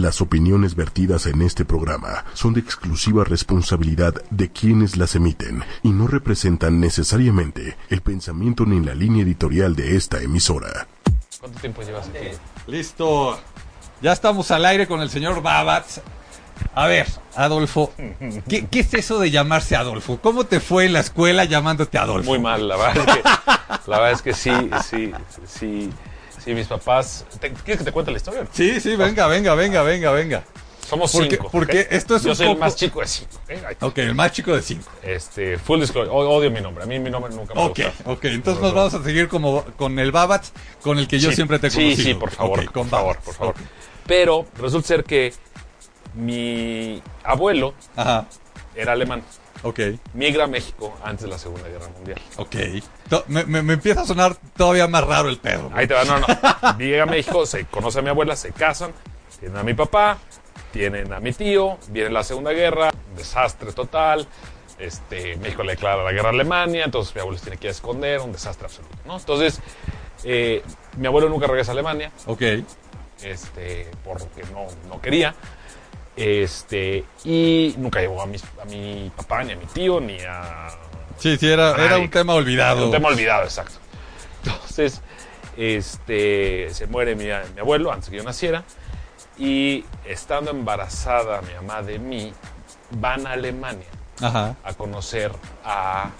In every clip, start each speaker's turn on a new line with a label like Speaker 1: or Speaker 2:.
Speaker 1: Las opiniones vertidas en este programa son de exclusiva responsabilidad de quienes las emiten y no representan necesariamente el pensamiento ni la línea editorial de esta emisora.
Speaker 2: ¿Cuánto tiempo llevas aquí?
Speaker 3: Listo. Ya estamos al aire con el señor Babatz. A ver, Adolfo, ¿qué, qué es eso de llamarse Adolfo? ¿Cómo te fue en la escuela llamándote Adolfo?
Speaker 2: Muy mal, la verdad es que, la verdad es que sí, sí, sí, sí, mis papás. ¿Te- ¿Quieres que te cuente la historia?
Speaker 3: Sí, sí, venga, venga, venga, venga, venga.
Speaker 2: Somos
Speaker 3: Porque-
Speaker 2: cinco.
Speaker 3: porque
Speaker 2: ¿ok?
Speaker 3: esto es
Speaker 2: Yo
Speaker 3: un
Speaker 2: soy
Speaker 3: poco-
Speaker 2: el más chico de cinco. ¿ok? Ahí está.
Speaker 3: Ok, el más chico de cinco.
Speaker 2: Este, full disclosure. o- Odio mi nombre. A mí mi nombre nunca me
Speaker 3: Ok,
Speaker 2: gusta.
Speaker 3: ok. Entonces nos vamos a seguir como con el Babatz, con el que yo siempre te he
Speaker 2: Sí,
Speaker 3: conocido.
Speaker 2: sí, por favor,
Speaker 3: Ok,
Speaker 2: por
Speaker 3: con
Speaker 2: favor,
Speaker 3: Babatz,
Speaker 2: por favor.
Speaker 3: ok.
Speaker 2: Pero resulta ser que mi abuelo
Speaker 3: Ajá,
Speaker 2: era alemán.
Speaker 3: ok,
Speaker 2: Migra a México antes de la Segunda Guerra Mundial.
Speaker 3: ok. To- Me, me- me empieza a sonar todavía más raro el pedo.
Speaker 2: Ahí te va, no, no. Llega a México, se conoce a mi abuela, se casan, tienen a mi papá, tienen a mi tío, viene la Segunda Guerra, desastre total. Este, México le declara la guerra a Alemania, entonces mi abuelo se tiene que ir a esconder, un desastre absoluto. ¿no? Entonces, eh, mi abuelo nunca regresa a Alemania,
Speaker 3: Ok,
Speaker 2: este, porque no, no quería. Este, y nunca llevó a, mis- a mi papá, ni a mi tío, ni a
Speaker 3: sí, sí, era, era
Speaker 2: Ay,
Speaker 3: un tema olvidado.
Speaker 2: un tema olvidado, exacto. Entonces, este, se muere mi, mi abuelo antes que yo naciera. Y estando embarazada mi mamá de mí, van a Alemania
Speaker 3: Ajá,
Speaker 2: a conocer a,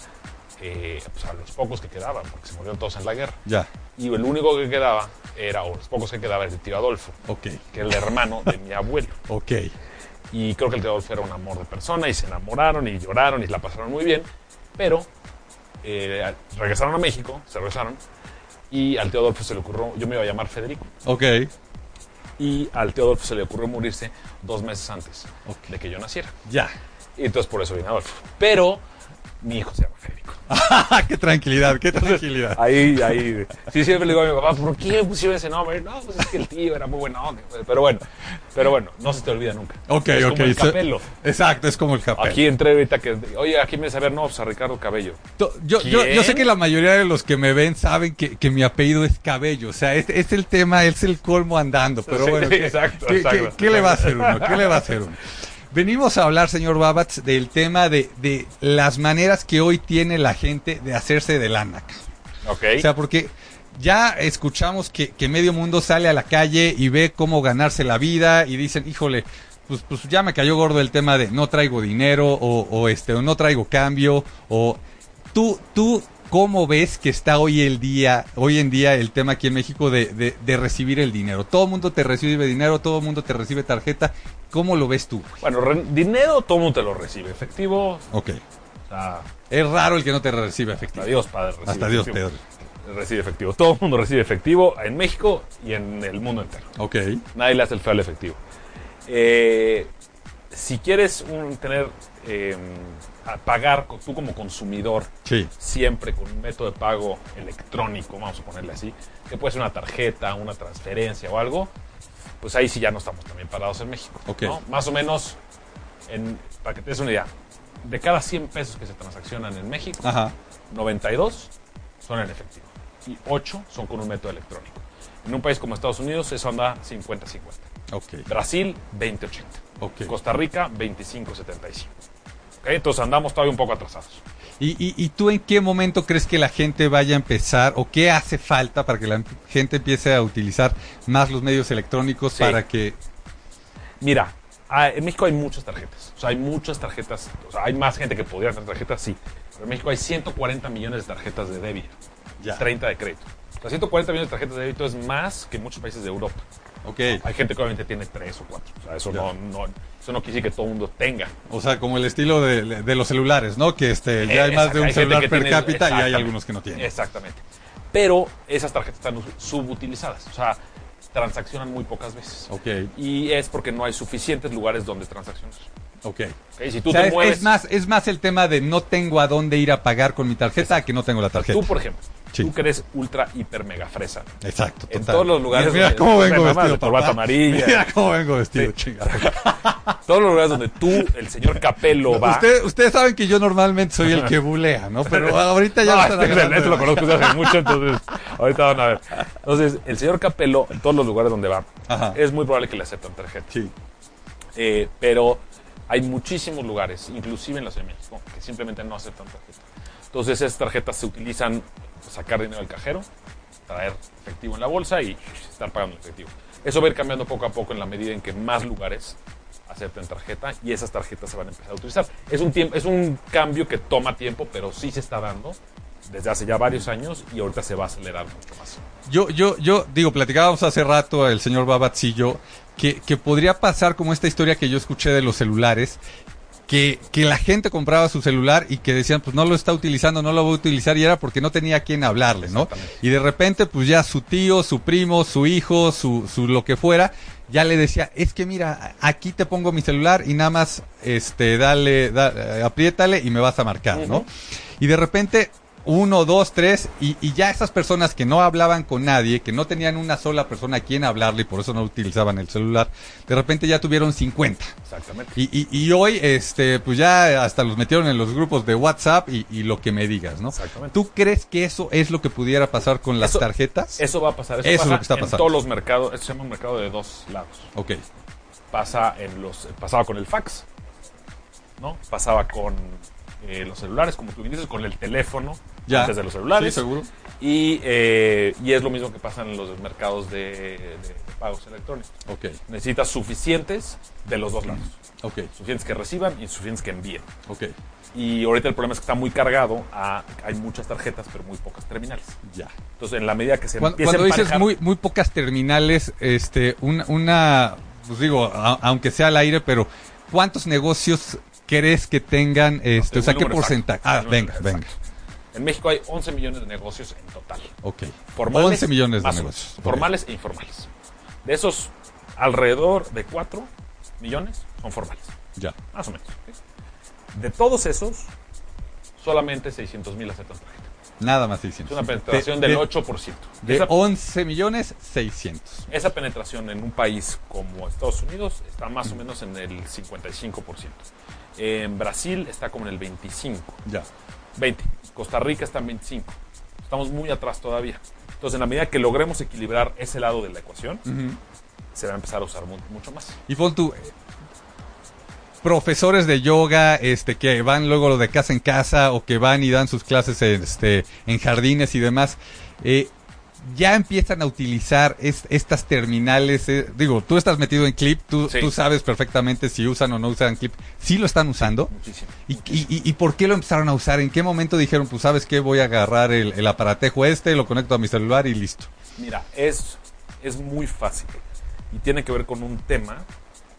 Speaker 2: eh, pues, a los pocos que quedaban, porque se murieron todos en la guerra.
Speaker 3: ya,
Speaker 2: Y el único que quedaba era, o los pocos que quedaban, era el tío Adolfo,
Speaker 3: ok,
Speaker 2: que era el hermano de mi abuelo.
Speaker 3: ok.
Speaker 2: Y creo que el Teodolfo era un amor de persona y se enamoraron y lloraron y la pasaron muy bien. Pero eh, regresaron a México, se regresaron. Y al Teodolfo se le ocurrió, yo me iba a llamar Federico.
Speaker 3: Ok,
Speaker 2: Y al Teodolfo se le ocurrió morirse dos meses antes
Speaker 3: Ok.
Speaker 2: de que yo naciera.
Speaker 3: ya.
Speaker 2: Y entonces por eso vine Adolfo. Pero mi hijo se llama Federico.
Speaker 3: qué tranquilidad, qué tranquilidad.
Speaker 2: Ahí, ahí. Sí, siempre le digo a mi papá, ¿por qué me pusieron ese nombre? No, pues es que el tío era muy bueno. Pero bueno, pero bueno, no se te olvida nunca.
Speaker 3: Ok,
Speaker 2: Es
Speaker 3: ok.
Speaker 2: como el
Speaker 3: se-
Speaker 2: capelo.
Speaker 3: Exacto, es como el capelo.
Speaker 2: Aquí entré ahorita que. Oye, aquí me saber, no, pues a Ricardo Cabello.
Speaker 3: To- Yo, yo, yo sé
Speaker 2: ¿Quién?
Speaker 3: que la mayoría de los que me ven saben que, que mi apellido es Cabello. O sea, es, es el tema, es el colmo andando. Pero
Speaker 2: Sí,
Speaker 3: bueno, ¿qué,
Speaker 2: exacto,
Speaker 3: qué-
Speaker 2: exacto.
Speaker 3: qué- qué le va a hacer uno? ¿Qué le va a hacer uno? Venimos a hablar, señor Babatz, del tema de, de las maneras que hoy tiene la gente de hacerse de lana. cabrón.
Speaker 2: Ok.
Speaker 3: O sea, porque ya escuchamos que, que medio mundo sale a la calle y ve cómo ganarse la vida y dicen, híjole, pues, pues ya me cayó gordo el tema de no traigo dinero o, o este, o no traigo cambio o tú, tú, ¿cómo ves que está hoy el día, hoy en día el tema aquí en México de, de- de recibir el dinero? Todo el mundo te recibe dinero, todo el mundo te recibe tarjeta. ¿Cómo lo ves tú?
Speaker 2: bueno, re- dinero todo mundo te lo recibe. Efectivo.
Speaker 3: Ok.
Speaker 2: O sea,
Speaker 3: Es raro el que no te recibe efectivo.
Speaker 2: hasta Dios, padre. Recibe
Speaker 3: Hasta Dios,
Speaker 2: efectivo.
Speaker 3: Pedro.
Speaker 2: Recibe efectivo. Todo el mundo recibe efectivo en México y en el mundo entero.
Speaker 3: Ok.
Speaker 2: Nadie le hace el feo al efectivo. Eh, si quieres un- tener. eh, a pagar co- tú como consumidor
Speaker 3: Sí.
Speaker 2: siempre con un método de pago electrónico, vamos a ponerle así, que puede ser una tarjeta, una transferencia o algo, pues ahí sí ya no estamos también parados en México.
Speaker 3: Ok.
Speaker 2: ¿no? Más o menos, en, para que te des una idea, de cada 100 pesos que se transaccionan en México,
Speaker 3: Ajá.
Speaker 2: 92 son en efectivo y 8 son con un método electrónico. En un país como Estados Unidos eso anda 50-50.
Speaker 3: Ok.
Speaker 2: Brasil, 20-80.
Speaker 3: Ok.
Speaker 2: Costa Rica, 25-75. Ok, Entonces andamos todavía un poco atrasados.
Speaker 3: ¿Y, y, y tú en qué momento crees que la gente vaya a empezar o qué hace falta para que la gente empiece a utilizar más los medios electrónicos
Speaker 2: Sí.
Speaker 3: para que...
Speaker 2: Mira, ah, en México hay muchas tarjetas. O sea, hay muchas tarjetas. O sea, hay más gente que podría tener tarjetas, sí. Pero en México hay 140 millones de tarjetas de débito.
Speaker 3: Ya.
Speaker 2: 30 de crédito. O sea, 140 millones de tarjetas de débito es más que muchos países de Europa.
Speaker 3: Ok.
Speaker 2: Hay gente que obviamente tiene 3 o 4. O sea, eso,
Speaker 3: Ya.
Speaker 2: no, no, eso no quiere decir que todo el mundo tenga.
Speaker 3: O sea, como el estilo de, de los celulares, ¿no? Que este, ya hay
Speaker 2: Eh,
Speaker 3: más
Speaker 2: exacto,
Speaker 3: de un
Speaker 2: hay gente
Speaker 3: celular
Speaker 2: que
Speaker 3: per
Speaker 2: tiene-
Speaker 3: cápita y hay
Speaker 2: exactamente.
Speaker 3: algunos que no tienen.
Speaker 2: Exactamente. Pero esas tarjetas están us- subutilizadas. O sea, transaccionan muy pocas veces.
Speaker 3: Ok.
Speaker 2: Y es porque no hay suficientes lugares donde transaccionar.
Speaker 3: Ok.
Speaker 2: Ok, Si tú
Speaker 3: O sea,
Speaker 2: te
Speaker 3: es,
Speaker 2: mueves.
Speaker 3: es más, es más el tema de no tengo a dónde ir a pagar con mi tarjeta a que no tengo la tarjeta.
Speaker 2: Tú, por ejemplo,
Speaker 3: Sí.
Speaker 2: tú que eres ultra, hiper, mega fresa.
Speaker 3: Exacto.
Speaker 2: En
Speaker 3: total.
Speaker 2: todos los lugares
Speaker 3: Mira,
Speaker 2: donde-
Speaker 3: mira cómo
Speaker 2: o sea,
Speaker 3: vengo
Speaker 2: nada más
Speaker 3: vestido.
Speaker 2: de corbata
Speaker 3: papá.
Speaker 2: amarilla.
Speaker 3: Mira cómo vengo vestido,
Speaker 2: Sí.
Speaker 3: chingada.
Speaker 2: Todos los lugares donde tú, el señor Capello, va.
Speaker 3: Usted- ustedes saben que yo normalmente soy el que bulea, ¿no? Pero ahorita ya
Speaker 2: No,
Speaker 3: me
Speaker 2: este,
Speaker 3: están agarrando
Speaker 2: este
Speaker 3: de-
Speaker 2: lo conozco desde hace mucho, entonces ahorita van a ver. Entonces, el señor Capello, en todos los lugares donde va,
Speaker 3: Ajá.
Speaker 2: es muy probable que le aceptan tarjeta.
Speaker 3: Sí.
Speaker 2: Eh, pero hay muchísimos lugares, inclusive en la Ciudad de México, que simplemente no aceptan tarjeta. Entonces esas tarjetas se utilizan para sacar dinero del cajero, traer efectivo en la bolsa y estar pagando en efectivo. Eso va a ir cambiando poco a poco en la medida en que más lugares acepten tarjeta y esas tarjetas se van a empezar a utilizar. Es un, tiemp- es un cambio que toma tiempo, pero sí se está dando desde hace ya varios años y ahorita se va a acelerar mucho más.
Speaker 3: Yo, yo, yo, digo, platicábamos hace rato el señor Babatzillo que, que podría pasar como esta historia que yo escuché de los celulares, que, que la gente compraba su celular y que decían, pues no lo está utilizando, no lo voy a utilizar, y era porque no tenía a quién hablarle, ¿no?
Speaker 2: Exactamente.
Speaker 3: Y de repente, pues ya su tío, su primo, su hijo, su, su lo que fuera, ya le decía, es que mira, aquí te pongo mi celular y nada más, este, dale, da- eh, apriétale y me vas a marcar, ¿no?
Speaker 2: Ujú.
Speaker 3: Y de repente, uno, dos, tres, y, y ya esas personas que no hablaban con nadie, que no tenían una sola persona a quien hablarle y por eso no utilizaban el celular, de repente ya tuvieron 50.
Speaker 2: Exactamente.
Speaker 3: Y, y- y hoy, este, pues ya hasta los metieron en los grupos de WhatsApp y, y lo que me digas, ¿no?
Speaker 2: Exactamente.
Speaker 3: ¿Tú crees que eso es lo que pudiera pasar con las
Speaker 2: Eso-
Speaker 3: tarjetas?
Speaker 2: Eso va a pasar. Eso,
Speaker 3: Eso es
Speaker 2: pasa
Speaker 3: lo que está
Speaker 2: En
Speaker 3: pasando.
Speaker 2: todos los mercados. Eso se llama un mercado de dos lados.
Speaker 3: Ok.
Speaker 2: pasa en los pasaba con el fax, ¿no? Pasaba con eh, los celulares, como tú bien dices, con el teléfono
Speaker 3: Ya.
Speaker 2: antes de los celulares.
Speaker 3: Sí, seguro.
Speaker 2: Y, eh, y es lo mismo que pasa en los mercados de, de- de pagos electrónicos.
Speaker 3: Ok,
Speaker 2: Necesitas suficientes de los dos lados.
Speaker 3: ok,
Speaker 2: Suficientes que reciban y suficientes que envíen.
Speaker 3: ok.
Speaker 2: Y ahorita el problema es que está muy cargado a hay muchas tarjetas, pero muy pocas terminales.
Speaker 3: Ya.
Speaker 2: Entonces, en la medida que se
Speaker 3: Cuando,
Speaker 2: empiece
Speaker 3: cuando
Speaker 2: a
Speaker 3: dices
Speaker 2: emparejar-
Speaker 3: muy, muy pocas terminales, este, una, una pues digo, a- aunque sea al aire, pero ¿cuántos negocios crees que tengan,
Speaker 2: tengo
Speaker 3: este, o sea,
Speaker 2: el
Speaker 3: qué
Speaker 2: número
Speaker 3: porcentaje?
Speaker 2: exacto, tengo
Speaker 3: Ah,
Speaker 2: el
Speaker 3: venga,
Speaker 2: número
Speaker 3: venga.
Speaker 2: exacto. En México hay 11 millones de negocios en total.
Speaker 3: Ok.
Speaker 2: formales.
Speaker 3: 11 millones de
Speaker 2: más o
Speaker 3: negocios.
Speaker 2: menos, Formales e informales. De esos, alrededor de 4 millones son formales,
Speaker 3: Ok, Ya.
Speaker 2: más o menos. ¿ok? De todos esos, solamente 600 mil aceptan tarjeta.
Speaker 3: Nada más
Speaker 2: Es
Speaker 3: 600.
Speaker 2: una penetración
Speaker 3: De-
Speaker 2: del
Speaker 3: de-
Speaker 2: 8%.
Speaker 3: De
Speaker 2: esa,
Speaker 3: 11 millones 600.
Speaker 2: esa penetración en un país como Estados Unidos está más o menos en el 55%. En Brasil está como en el 25%.
Speaker 3: Ya.
Speaker 2: 20. Costa Rica está en 25. Estamos muy atrás todavía. Entonces, en la medida que logremos equilibrar ese lado de la ecuación, se va a empezar a usar mu- mucho más.
Speaker 3: Y pon tú, eh, profesores de yoga, este, que van luego de casa en casa o que van y dan sus clases en, este, en jardines y demás, eh, ya empiezan a utilizar es- estas terminales. eh, digo, tú estás metido en clip, tú,
Speaker 2: Sí.
Speaker 3: tú sabes perfectamente si usan o no usan clip. ¿Sí lo están usando?
Speaker 2: Muchísimo.
Speaker 3: ¿Y, y, y- y por qué lo empezaron a usar? ¿En qué momento dijeron, pues sabes qué, voy a agarrar el, el aparatejo este, lo conecto a mi celular y listo?
Speaker 2: Mira, es, es muy fácil y tiene que ver con un tema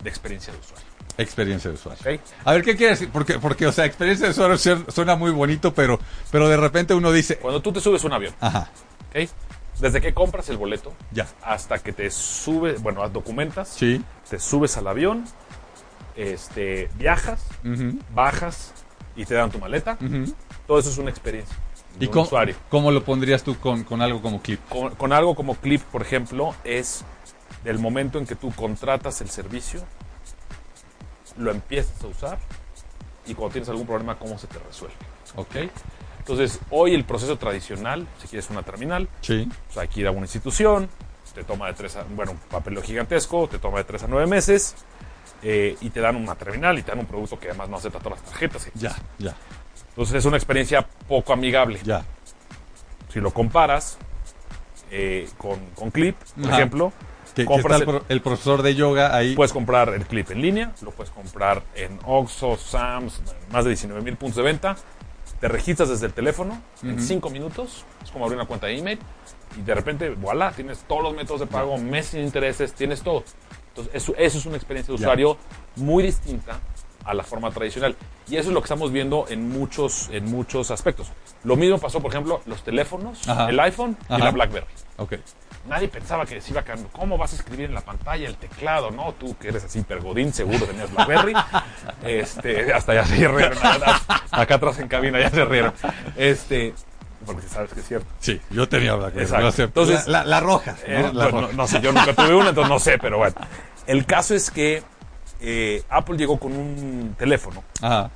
Speaker 2: de experiencia de usuario.
Speaker 3: Experiencia de usuario.
Speaker 2: ¿ok?
Speaker 3: A ver, ¿qué quieres decir? Porque, porque, o sea, experiencia de usuario suena- suena muy bonito, pero, pero de repente uno dice,
Speaker 2: Cuando tú te subes a un avión,
Speaker 3: ajá,
Speaker 2: ¿ok? desde que compras el boleto
Speaker 3: ya,
Speaker 2: hasta que te subes, bueno, documentas,
Speaker 3: sí,
Speaker 2: te subes al avión, este, viajas,
Speaker 3: ujú,
Speaker 2: bajas y te dan tu maleta,
Speaker 3: ujú.
Speaker 2: todo eso es una experiencia. de
Speaker 3: Mm. ¿y
Speaker 2: un
Speaker 3: cómo,
Speaker 2: usuario.
Speaker 3: cómo lo pondrías tú con, con algo como clip?
Speaker 2: con, con algo como Clip, por ejemplo, es del momento en que tú contratas el servicio, lo empiezas a usar y cuando tienes algún problema, cómo se te resuelve.
Speaker 3: Ok,
Speaker 2: Entonces, hoy el proceso tradicional, si quieres una terminal,
Speaker 3: sí,
Speaker 2: pues hay que ir a una institución, te toma de tres a, bueno, un papeleo gigantesco, te toma de tres a nueve meses eh, y te dan una terminal y te dan un producto que además no acepta todas las tarjetas.
Speaker 3: ya, ya,
Speaker 2: Entonces, es una experiencia poco amigable
Speaker 3: ya,
Speaker 2: si lo comparas eh, con, con Clip, por
Speaker 3: Ajá.
Speaker 2: ejemplo,
Speaker 3: que, que está
Speaker 2: compras
Speaker 3: el,
Speaker 2: el- Pues
Speaker 3: pro- el profesor de yoga ahí,
Speaker 2: puedes comprar el Clip en línea, lo puedes comprar en Oxxo, Sams, más de 19 mil puntos de venta, te registras desde el teléfono en 5 minutos, es como abrir una cuenta de email y de repente, voilà, tienes todos los métodos de pago, meses sin intereses, tienes todo. Entonces, eso, eso es una experiencia de
Speaker 3: Ya.
Speaker 2: usuario muy distinta a la forma tradicional. Y eso es lo que estamos viendo en muchos, en muchos aspectos. Lo mismo pasó, por ejemplo, los teléfonos,
Speaker 3: Ajá.
Speaker 2: el iPhone y
Speaker 3: Ajá.
Speaker 2: la BlackBerry.
Speaker 3: ok,
Speaker 2: Nadie pensaba que se iba a cambiar. ¿Cómo vas a escribir en la pantalla el teclado? No, tú que eres así pergodín, seguro tenías BlackBerry. Este, hasta ya se rieron. Acá atrás en cabina ya se rieron. Este, porque sabes que es cierto.
Speaker 3: Sí, yo tenía Blackberry.
Speaker 2: Exacto.
Speaker 3: lo acepto.
Speaker 2: Entonces-
Speaker 3: la, la- la roja. ¿no?
Speaker 2: Eh,
Speaker 3: La
Speaker 2: no,
Speaker 3: roja.
Speaker 2: no- no sé, yo nunca tuve una, entonces no sé, pero bueno. El caso es que eh, Apple llegó con un teléfono
Speaker 3: Ah,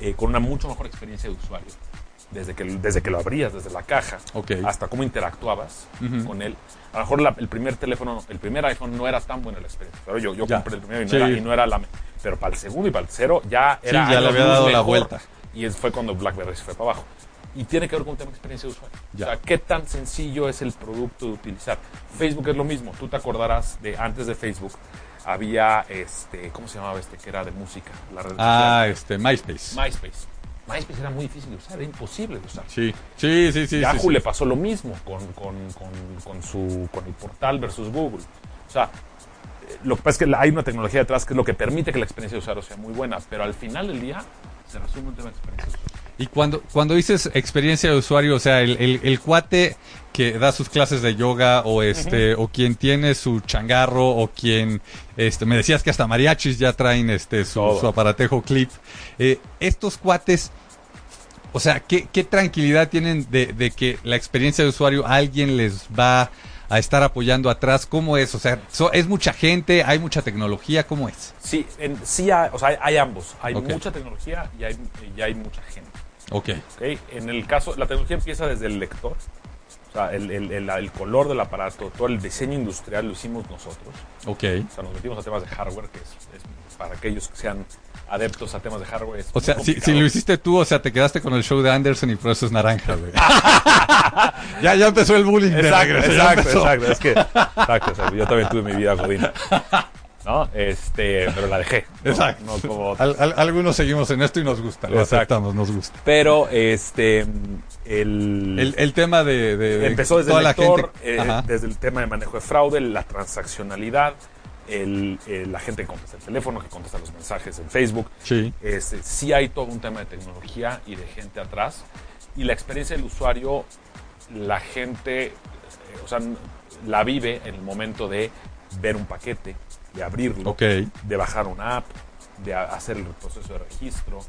Speaker 2: eh, con una mucho mejor experiencia de usuario. Desde que, desde que lo abrías, desde la caja,
Speaker 3: Ok.
Speaker 2: hasta cómo interactuabas
Speaker 3: Ujú.
Speaker 2: con él. A lo mejor la- el primer teléfono, el primer iPhone no era tan buena la experiencia. Pero yo, yo
Speaker 3: Ya.
Speaker 2: compré el primero y no,
Speaker 3: Sí.
Speaker 2: era, y no era la... me- Pero para el segundo y para el tercero ya
Speaker 3: Sí,
Speaker 2: era...
Speaker 3: ya le
Speaker 2: años
Speaker 3: había
Speaker 2: luz
Speaker 3: dado la vuelta.
Speaker 2: Y es- fue cuando BlackBerry se fue para abajo. Y tiene que ver con un tema de experiencia de usuario.
Speaker 3: Ya.
Speaker 2: O sea, ¿qué tan sencillo es el producto de utilizar? Facebook es lo mismo. Tú te acordarás de antes de Facebook había este... ¿Cómo se llamaba este? Que era de música. La red
Speaker 3: ah,
Speaker 2: social.
Speaker 3: este, MySpace.
Speaker 2: MySpace. MySpace era muy difícil de usar, era imposible de usar.
Speaker 3: Sí, sí, sí, sí. sí,
Speaker 2: Yahoo
Speaker 3: sí.
Speaker 2: le pasó lo mismo con, con- con- con su, con el portal versus Google. O sea, eh, lo que pasa es que la- hay una tecnología detrás que es lo que permite que la experiencia de usuario sea muy buena, pero al final del día se resume en un tema de experiencia de usuario.
Speaker 3: Y cuando, cuando dices experiencia de usuario, o sea, el, el, el cuate que da sus clases de yoga o este o quien tiene su changarro o quien este me decías que hasta mariachis ya traen este su,
Speaker 2: Todo.
Speaker 3: su aparatejo clip Eh, estos cuates o sea qué, qué tranquilidad tienen de, de que la experiencia de usuario alguien les va a estar apoyando atrás cómo es o sea so- es mucha gente hay mucha tecnología cómo es
Speaker 2: Sí, en- sí hay, o sea, hay, hay ambos. Hay
Speaker 3: Ok.
Speaker 2: mucha tecnología y hay, y hay mucha gente.
Speaker 3: Ok,
Speaker 2: ¿ok? En el caso, la tecnología empieza desde el lector. O sea, el- el- el- el color del aparato, todo el diseño industrial lo hicimos nosotros.
Speaker 3: ok.
Speaker 2: O sea, nos metimos a temas de hardware, que es, es para aquellos que sean adeptos a temas de hardware. es
Speaker 3: O
Speaker 2: muy
Speaker 3: sea, si, si
Speaker 2: complicado.
Speaker 3: lo hiciste tú, o sea, te quedaste con el show de Anderson y por eso es naranja, güey. ya, ya empezó el bullying. de
Speaker 2: Exacto,
Speaker 3: regreso, ya
Speaker 2: exacto,
Speaker 3: empezó.
Speaker 2: exacto. Es que, exacto, exacto. Yo también tuve mi vida jodida. ¿No? Este, pero la dejé. ¿no?
Speaker 3: Exacto.
Speaker 2: No como otras.
Speaker 3: Al- al- algunos seguimos en esto y nos gusta, lo
Speaker 2: Exacto.
Speaker 3: aceptamos, nos gusta.
Speaker 2: Pero, este, el...
Speaker 3: El, el tema de, de- de
Speaker 2: empezó desde
Speaker 3: toda
Speaker 2: el
Speaker 3: la
Speaker 2: lector,
Speaker 3: gente.
Speaker 2: eh,
Speaker 3: Ajá.
Speaker 2: desde el tema de manejo de fraude, la transaccionalidad, el, el- la gente que contesta el teléfono, que contesta los mensajes en Facebook.
Speaker 3: Sí.
Speaker 2: Este, sí hay todo un tema de tecnología y de gente atrás. Y la experiencia del usuario, la gente, eh, o sea, n- la vive en el momento de ver un paquete, de abrirlo,
Speaker 3: Ok.
Speaker 2: de bajar una app, de a- hacer el proceso de registro.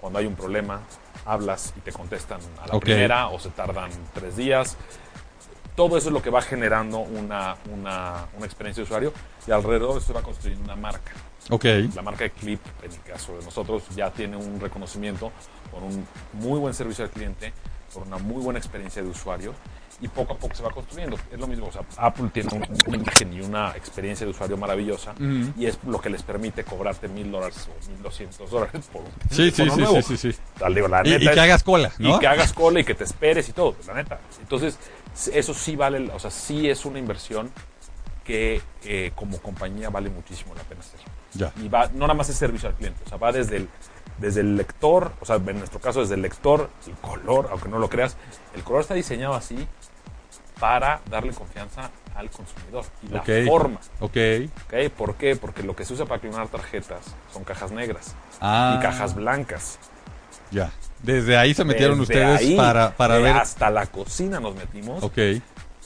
Speaker 2: Cuando hay un problema, hablas y te contestan a la
Speaker 3: Ok.
Speaker 2: primera o se tardan tres días. Todo eso es lo que va generando una, una, una experiencia de usuario y alrededor de eso se va construyendo una marca
Speaker 3: Ok.
Speaker 2: la marca de Clip, en el caso de nosotros, ya tiene un reconocimiento por un muy buen servicio al cliente, por una muy buena experiencia de usuario y poco a poco se va construyendo. Es lo mismo, o sea, Apple tiene un- una imagen y una experiencia de usuario maravillosa
Speaker 3: Ujú.
Speaker 2: y es lo que les permite cobrarte mil dólares o mil doscientos dólares por un
Speaker 3: Sí, sí,
Speaker 2: teléfono
Speaker 3: sí,
Speaker 2: nuevo.
Speaker 3: sí, sí, sí.
Speaker 2: Tal, digo, la
Speaker 3: Y, y
Speaker 2: neta
Speaker 3: que
Speaker 2: es-
Speaker 3: hagas cola, ¿no?
Speaker 2: y que hagas cola y que te esperes y todo, la neta. Entonces, eso sí vale, o sea, sí es una inversión que eh, como compañía vale muchísimo la pena hacer.
Speaker 3: Ya.
Speaker 2: Y va, no nada más es servicio al cliente, o sea, va desde el, desde el lector, o sea, en nuestro caso desde el lector, el color, aunque no lo creas, el color está diseñado así para darle confianza al consumidor y la
Speaker 3: Ok.
Speaker 2: forma.
Speaker 3: Ok.
Speaker 2: ¿ok? ¿Por qué? Porque lo que se usa para clonar tarjetas son cajas negras
Speaker 3: Ah,
Speaker 2: y cajas blancas.
Speaker 3: Ya. Desde ahí se metieron
Speaker 2: Desde
Speaker 3: ustedes
Speaker 2: ahí,
Speaker 3: para, para
Speaker 2: eh,
Speaker 3: ver.
Speaker 2: Hasta la cocina nos metimos.
Speaker 3: Ok.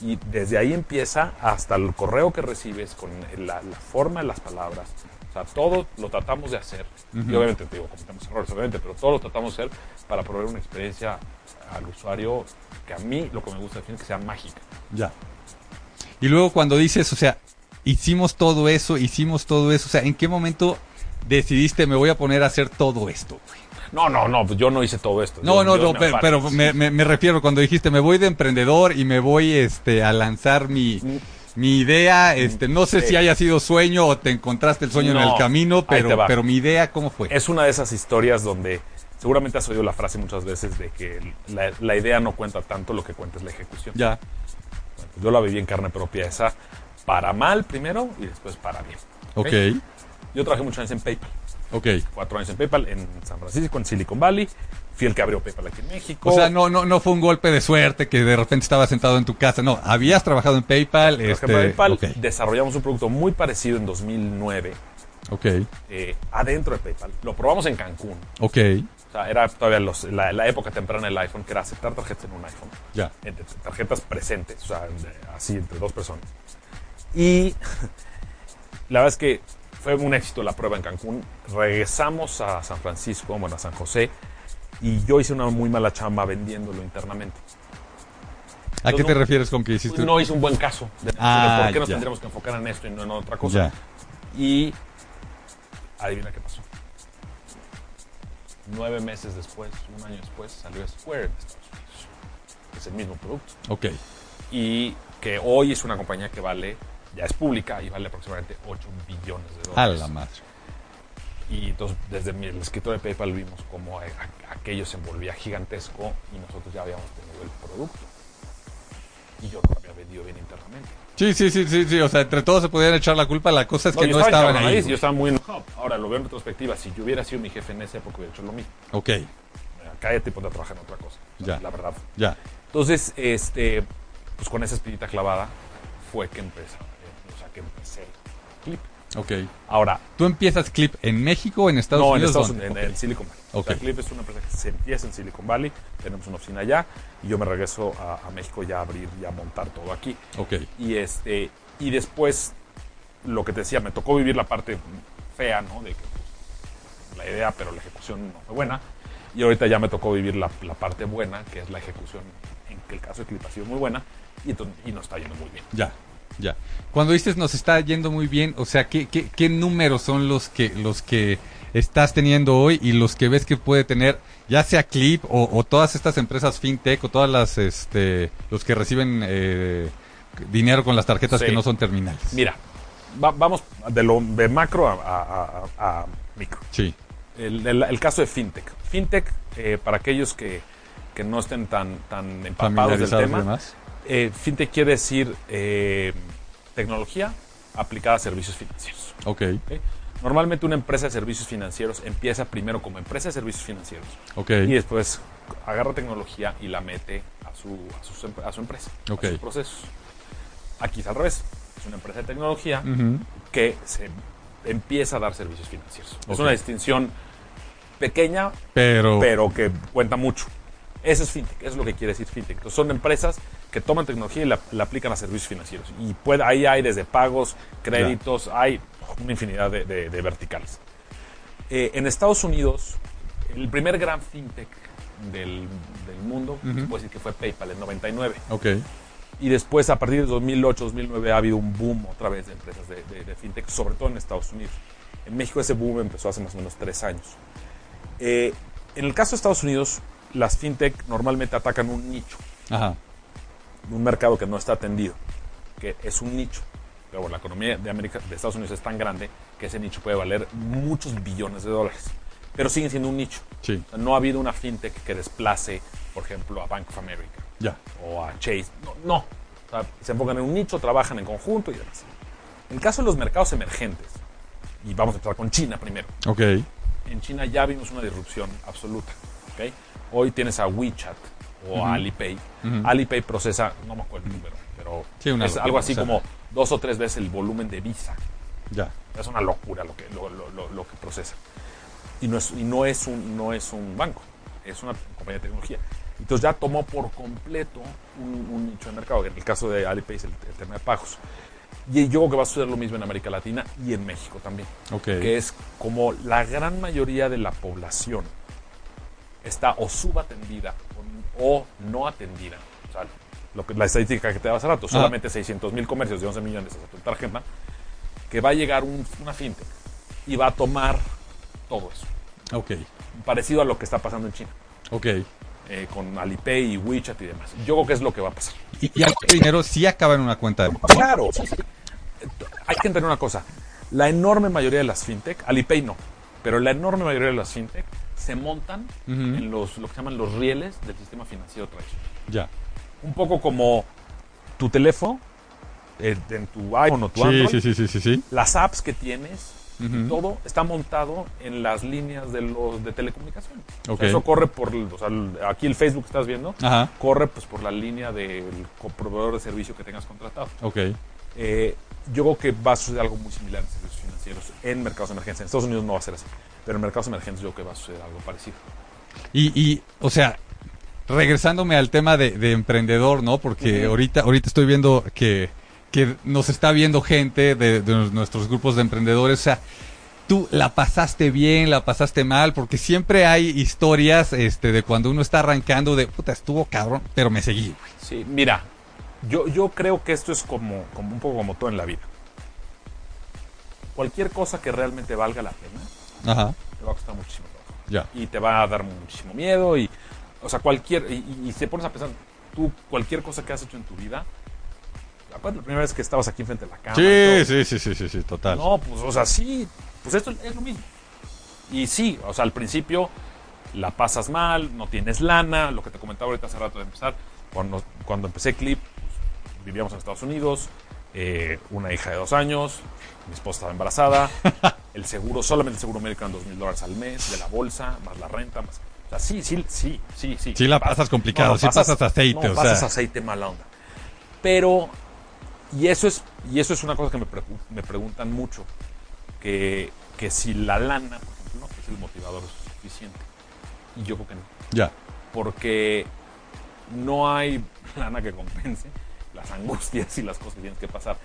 Speaker 2: Y desde ahí empieza hasta el correo que recibes con la, la forma de las palabras. O sea, todo lo tratamos de hacer. Y obviamente, te digo, cometemos errores, obviamente, pero todo lo tratamos de hacer para proveer una experiencia al usuario que a mí lo que me gusta es que sea mágica.
Speaker 3: Ya. Y luego cuando dices, o sea, hicimos todo eso, hicimos todo eso, o sea, ¿en qué momento decidiste me voy a poner a hacer todo esto? güey?
Speaker 2: No, no, no, pues yo no hice todo esto.
Speaker 3: No,
Speaker 2: Yo-
Speaker 3: no,
Speaker 2: yo
Speaker 3: no,
Speaker 2: me
Speaker 3: pero,
Speaker 2: aparte.
Speaker 3: pero me, me- me refiero cuando dijiste me voy de emprendedor y me voy este a lanzar mi, mi idea, este, no sé
Speaker 2: Sí.
Speaker 3: si haya sido sueño o te encontraste el sueño en
Speaker 2: No,
Speaker 3: el camino,
Speaker 2: ahí te
Speaker 3: pero,
Speaker 2: va.
Speaker 3: pero mi idea, ¿cómo fue?
Speaker 2: Es una de esas historias donde seguramente has oído la frase muchas veces de que la, la idea no cuenta tanto, lo que cuenta es la ejecución.
Speaker 3: Ya,
Speaker 2: Yo la viví en carne propia esa, para mal primero y después para bien.
Speaker 3: ok,
Speaker 2: Yo trabajé muchos años en PayPal,
Speaker 3: ok.
Speaker 2: cuatro años en PayPal en San Francisco, en Silicon Valley. Fui el que abrió PayPal aquí en México.
Speaker 3: O sea, no, no, no fue un golpe de suerte que de repente estabas sentado en tu casa, no, habías trabajado en PayPal,
Speaker 2: Trabajé
Speaker 3: este,
Speaker 2: en PayPal.
Speaker 3: ok,
Speaker 2: Desarrollamos un producto muy parecido en 2009
Speaker 3: ok,
Speaker 2: eh, adentro de PayPal. Lo probamos en Cancún.
Speaker 3: ok,
Speaker 2: O sea, era todavía los- la, la época temprana del iPhone, que era aceptar tarjetas en un iPhone.
Speaker 3: ya.
Speaker 2: entre tarjetas presentes, o sea, de- así entre dos personas. Y la verdad es que fue un éxito la prueba en Cancún. Regresamos a San Francisco, bueno, a San José, y yo hice una muy mala chamba vendiéndolo internamente.
Speaker 3: ¿A qué
Speaker 2: Entonces,
Speaker 3: te
Speaker 2: no-
Speaker 3: refieres con que hiciste?
Speaker 2: No hizo un buen caso de,
Speaker 3: Ah,
Speaker 2: de por qué nos
Speaker 3: ya.
Speaker 2: tendríamos que enfocar en esto y no en otra cosa.
Speaker 3: Ya.
Speaker 2: Y adivina qué pasó. Nueve meses después, un año después, salió Square en Estados Unidos. Es el mismo producto.
Speaker 3: Ok.
Speaker 2: Y que hoy es una compañía que vale, ya es pública y vale aproximadamente 8 billones de
Speaker 3: A
Speaker 2: dólares.
Speaker 3: la madre.
Speaker 2: Y entonces, desde mi- el escritorio de PayPal vimos cómo a- a- aquello se envolvía gigantesco y nosotros ya habíamos tenido el producto. Y yo no lo había vendido bien internamente.
Speaker 3: Sí, sí, sí, sí, sí. O sea, entre todos se podían echar la culpa. La cosa es que
Speaker 2: yo
Speaker 3: no estaban
Speaker 2: encabrón,
Speaker 3: ahí.
Speaker 2: Yo estaba muy enojado. Ahora lo veo en retrospectiva. Si yo hubiera sido mi jefe en esa época, hubiera hecho lo mismo.
Speaker 3: Ok,
Speaker 2: Mira, Cállate y ponte a trabajar en otra cosa.
Speaker 3: Ya.
Speaker 2: La verdad.
Speaker 3: ya.
Speaker 2: Entonces, este, pues con esa espinita clavada fue que empezó. eh, o sea, que empecé Clip.
Speaker 3: Ok.
Speaker 2: Ahora,
Speaker 3: ¿Tú empiezas clip en México o en Estados
Speaker 2: no, en
Speaker 3: Unidos?
Speaker 2: Estados
Speaker 3: dónde?
Speaker 2: Unidos, en, en Silicon Valley. O sea,
Speaker 3: Ok.
Speaker 2: Clip es una empresa que se empieza en Silicon Valley. Tenemos una oficina allá. Y yo me regreso a, a México ya a abrir y a montar todo aquí.
Speaker 3: Ok,
Speaker 2: Y este y después lo que te decía, me tocó vivir la parte fea, ¿no? De que pues, la idea, pero la ejecución no fue buena. Y ahorita ya me tocó vivir la, la parte buena, que es la ejecución, en que el caso de Clip ha sido muy buena y, entonces- y nos está yendo muy bien.
Speaker 3: ya, ya. Cuando dices nos está yendo muy bien, o sea, ¿qué, qué, qué números son los que, los que estás teniendo hoy y los que ves que puede tener, ya sea Clip o, o todas estas empresas fintech o todas las, este, los que reciben eh, dinero con las tarjetas
Speaker 2: Sí.
Speaker 3: que no son terminales?
Speaker 2: Mira, va- vamos de, lo, de macro a, a- a- a micro.
Speaker 3: Sí,
Speaker 2: El, el- el caso de FinTech. FinTech, eh, para aquellos que, que no estén tan, tan empapados del
Speaker 3: familiarizados y
Speaker 2: tema,
Speaker 3: demás.
Speaker 2: Eh, fintech quiere decir eh, tecnología aplicada a servicios financieros.
Speaker 3: Ok,
Speaker 2: ¿ok? Normalmente una empresa de servicios financieros empieza primero como empresa de servicios financieros
Speaker 3: ok,
Speaker 2: y después agarra tecnología y la mete a su, a sus em- a su empresa,
Speaker 3: Ok.
Speaker 2: a sus procesos. Aquí es al revés. Es una empresa de tecnología
Speaker 3: Ujú,
Speaker 2: que se empieza a dar servicios financieros. Es
Speaker 3: Ok.
Speaker 2: una distinción pequeña,
Speaker 3: Pero,
Speaker 2: pero que cuenta mucho. Eso es fintech, eso es lo que quiere decir fintech. Entonces, son empresas que toman tecnología y la, la aplican a servicios financieros. Y puede, ahí hay desde pagos, créditos, hay una infinidad de, de- de verticales. Eh, en Estados Unidos, el primer gran fintech del, del mundo, se puede decir que fue PayPal en 99.
Speaker 3: ok.
Speaker 2: Y después, a partir de 2008, 2009, ha habido un boom otra vez de empresas de, de- de fintech, sobre todo en Estados Unidos. En México ese boom empezó hace más o menos tres años. Eh, en el caso de Estados Unidos, las fintech normalmente atacan un nicho,
Speaker 3: Ajá,
Speaker 2: un mercado que no está atendido, que es un nicho. Pero bueno, la economía de, América, de Estados Unidos es tan grande que ese nicho puede valer muchos billones de dólares. Pero siguen siendo un nicho.
Speaker 3: sí,
Speaker 2: O sea, No ha habido una fintech que desplace, por ejemplo, a Bank of America
Speaker 3: ya.
Speaker 2: o a Chase. No, no. O sea, se enfocan en un nicho, trabajan en conjunto y demás. En el caso de los mercados emergentes, y vamos a empezar con China primero.
Speaker 3: Ok,
Speaker 2: En China ya vimos una disrupción absoluta. ¿ok? Hoy tienes a WeChat o a Alipay. Alipay procesa, no me acuerdo el número, pero
Speaker 3: Sí, una
Speaker 2: es
Speaker 3: locura,
Speaker 2: algo así
Speaker 3: o sea.
Speaker 2: como dos o tres veces el volumen de Visa.
Speaker 3: ya.
Speaker 2: Es una locura lo que, lo, lo- lo- lo que procesa. Y no es, y no es, un, no es un banco, es una compañía de tecnología. Entonces ya tomó por completo un, un nicho de mercado. En el caso de Alipay es el, el tema de pagos. Y yo creo que va a suceder lo mismo en América Latina y en México también.
Speaker 3: Ok.
Speaker 2: Que es como la gran mayoría de la población está o subatendida o, o no atendida. O sea, lo que, la estadística que te daba hace rato, solamente 600 mil comercios de 11 millones a tu tarjeta, que va a llegar un- una fintech y va a tomar todo eso.
Speaker 3: Ok,
Speaker 2: Parecido a lo que está pasando en China,
Speaker 3: ok.
Speaker 2: eh, con Alipay y WeChat y demás. Yo creo que es lo que va a pasar.
Speaker 3: Y, y el dinero sí acaba en una cuenta de banco.
Speaker 2: Claro. Hay que entender una cosa. La enorme mayoría de las fintech, Alipay no, pero la enorme mayoría de las fintech se montan en los, lo que llaman los rieles del sistema financiero tradicional.
Speaker 3: Ya.
Speaker 2: Un poco como tu teléfono, eh, en tu iPhone o tu Android,
Speaker 3: sí, sí, sí, sí.
Speaker 2: las apps que tienes, y todo está montado en las líneas de los de telecomunicaciones. O sea,
Speaker 3: Ok. Ah.
Speaker 2: eso corre por, o sea, el- aquí el Facebook que estás viendo,
Speaker 3: Ajá.
Speaker 2: corre pues por la línea del co- proveedor de servicio que tengas contratado.
Speaker 3: Ok,
Speaker 2: Eh, yo creo que va a suceder algo muy similar en servicios financieros en mercados emergentes. En Estados Unidos no va a ser así, pero en mercados emergentes yo creo que va a suceder algo parecido.
Speaker 3: Y, y, o sea, regresándome al tema de, de emprendedor, ¿no? Porque
Speaker 2: Ujú.
Speaker 3: ahorita, ahorita estoy viendo que, que nos está viendo gente de, de nos- nuestros grupos de emprendedores. O sea, tú la pasaste bien, la pasaste mal, porque siempre hay historias este, de cuando uno está arrancando de, puta, estuvo cabrón, pero me seguí. güey.
Speaker 2: Sí, mira, Yo, yo creo que esto es como, como un poco como todo en la vida. Cualquier cosa que realmente valga la pena
Speaker 3: Ajá.
Speaker 2: te va a costar muchísimo trabajo.
Speaker 3: Ya.
Speaker 2: y te va a dar muchísimo miedo y o sea cualquier y, y- y te pones a pensar tú cualquier cosa que has hecho en tu vida acuérdate la primera vez que estabas aquí enfrente de la cámara y
Speaker 3: Sí,
Speaker 2: todo?
Speaker 3: sí, sí, sí, sí, sí, total.
Speaker 2: no pues o sea sí pues esto es lo mismo y sí o sea al principio la pasas mal no tienes lana lo que te comentaba ahorita hace rato de empezar cuando cuando empecé clip pues, vivíamos en Estados Unidos eh, una hija de dos años mi esposa estaba embarazada el seguro, solamente el seguro médico eran dos mil dólares al mes, de la bolsa, más la renta, más. O sea, sí, sí, sí, sí, sí.
Speaker 3: Sí la pasas complicado, sí pasas aceite,
Speaker 2: no,
Speaker 3: o
Speaker 2: pasas
Speaker 3: sea.
Speaker 2: aceite mala onda. Pero, y eso es, y eso es una cosa que me, preocu- me preguntan mucho, que, que si la lana, por ejemplo, no es el motivador suficiente. Y yo creo que no.
Speaker 3: Ya.
Speaker 2: Porque no hay lana que compense las angustias y las cosas que tienes que pasar.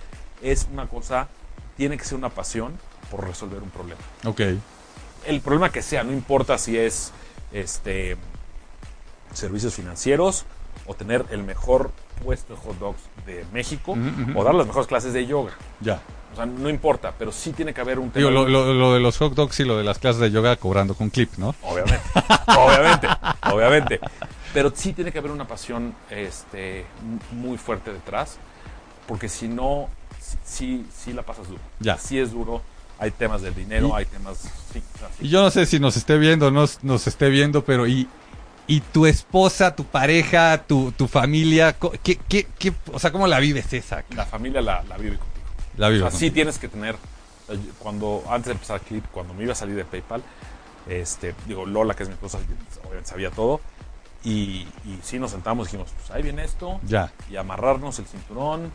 Speaker 2: Es una cosa, tiene que ser una pasión por resolver un problema
Speaker 3: Ok.
Speaker 2: el problema que sea, no importa si es este servicios financieros o tener el mejor puesto de hot dogs de México
Speaker 3: Ujú, ujú.
Speaker 2: o dar las mejores clases de yoga.
Speaker 3: Ya.
Speaker 2: O sea, no importa, pero sí tiene que haber un tema.
Speaker 3: Digo, lo, lo- lo de los hot dogs y lo de las clases de yoga cobrando con clip, ¿no?
Speaker 2: Obviamente, obviamente, obviamente. Pero sí tiene que haber una pasión este, m- muy fuerte detrás, porque si no, si- sí, sí la pasas duro.
Speaker 3: Ya.
Speaker 2: Sí es duro. Hay temas del dinero, hay temas... sí, o sea, sí.
Speaker 3: Y yo no sé si nos esté viendo o no nos esté viendo, pero y, y tu esposa, tu pareja, tu, tu familia, co- ¿qué, qué, qué, o sea, ¿cómo la vives esa?
Speaker 2: La familia la, la vive contigo.
Speaker 3: La vives.
Speaker 2: O sea, sí tienes que tener. eh, yo- Cuando, antes de empezar Clip, cuando me iba a salir de PayPal, este, digo, Lola, que es mi esposa, obviamente sabía todo. Y, y sí nos sentamos y dijimos, pues ahí viene esto.
Speaker 3: Ya.
Speaker 2: Y amarrarnos el cinturón.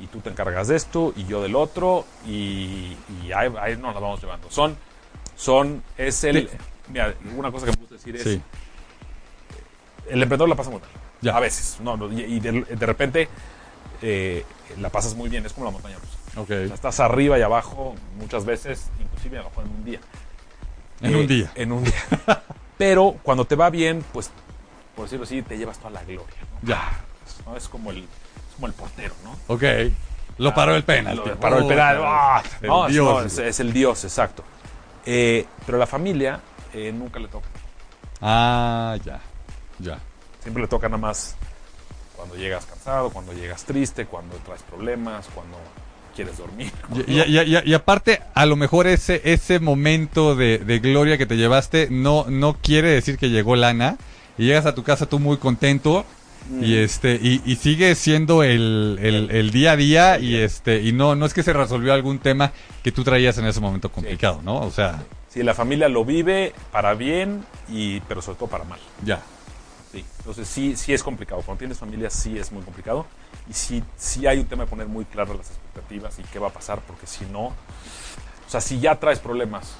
Speaker 2: Y tú te encargas de esto y yo del otro. Y, y ahí, ahí nos la vamos llevando. Son, son, es el.
Speaker 3: Sí.
Speaker 2: Mira, una cosa que me gusta decir es
Speaker 3: Sí.
Speaker 2: el emprendedor la pasa muy mal.
Speaker 3: Ya.
Speaker 2: A veces. No, no, y y de, de repente eh, la pasas muy bien. Es como la montaña rusa.
Speaker 3: Ok.
Speaker 2: O sea, estás arriba y abajo muchas veces, inclusive abajo en un día.
Speaker 3: En
Speaker 2: Eh,
Speaker 3: un día.
Speaker 2: En un día. Pero cuando te va bien, pues, por decirlo así, te llevas toda la gloria. ¿no?
Speaker 3: Ya.
Speaker 2: ¿No? Es como el, es como el portero, ¿no?
Speaker 3: Ok. Lo paró el penal.
Speaker 2: Lo- paró el penal. ¡Ah!
Speaker 3: el
Speaker 2: No, es- no,
Speaker 3: dios.
Speaker 2: es, es el dios, exacto. Eh, pero la familia eh, nunca le toca.
Speaker 3: Ah, ya. Ya.
Speaker 2: Siempre le toca nada más cuando llegas cansado, cuando llegas triste, cuando traes problemas, cuando quieres dormir.
Speaker 3: Y, y- y- y- y aparte, a lo mejor ese, ese momento de, de gloria que te llevaste no, no quiere decir que llegó lana. Y llegas a tu casa tú muy contento. Y este, y, y sigue siendo el, el- el día a día, y este, y no, no es que se resolvió algún tema que tú traías en ese momento complicado, ¿no? O sea,
Speaker 2: Sí, la familia lo vive para bien, y, pero sobre todo para mal.
Speaker 3: ya.
Speaker 2: Sí. Entonces sí, sí es complicado. Cuando tienes familia sí es muy complicado. Y sí, sí hay un tema de poner muy claras las expectativas y qué va a pasar, porque si no, o sea, si ya traes problemas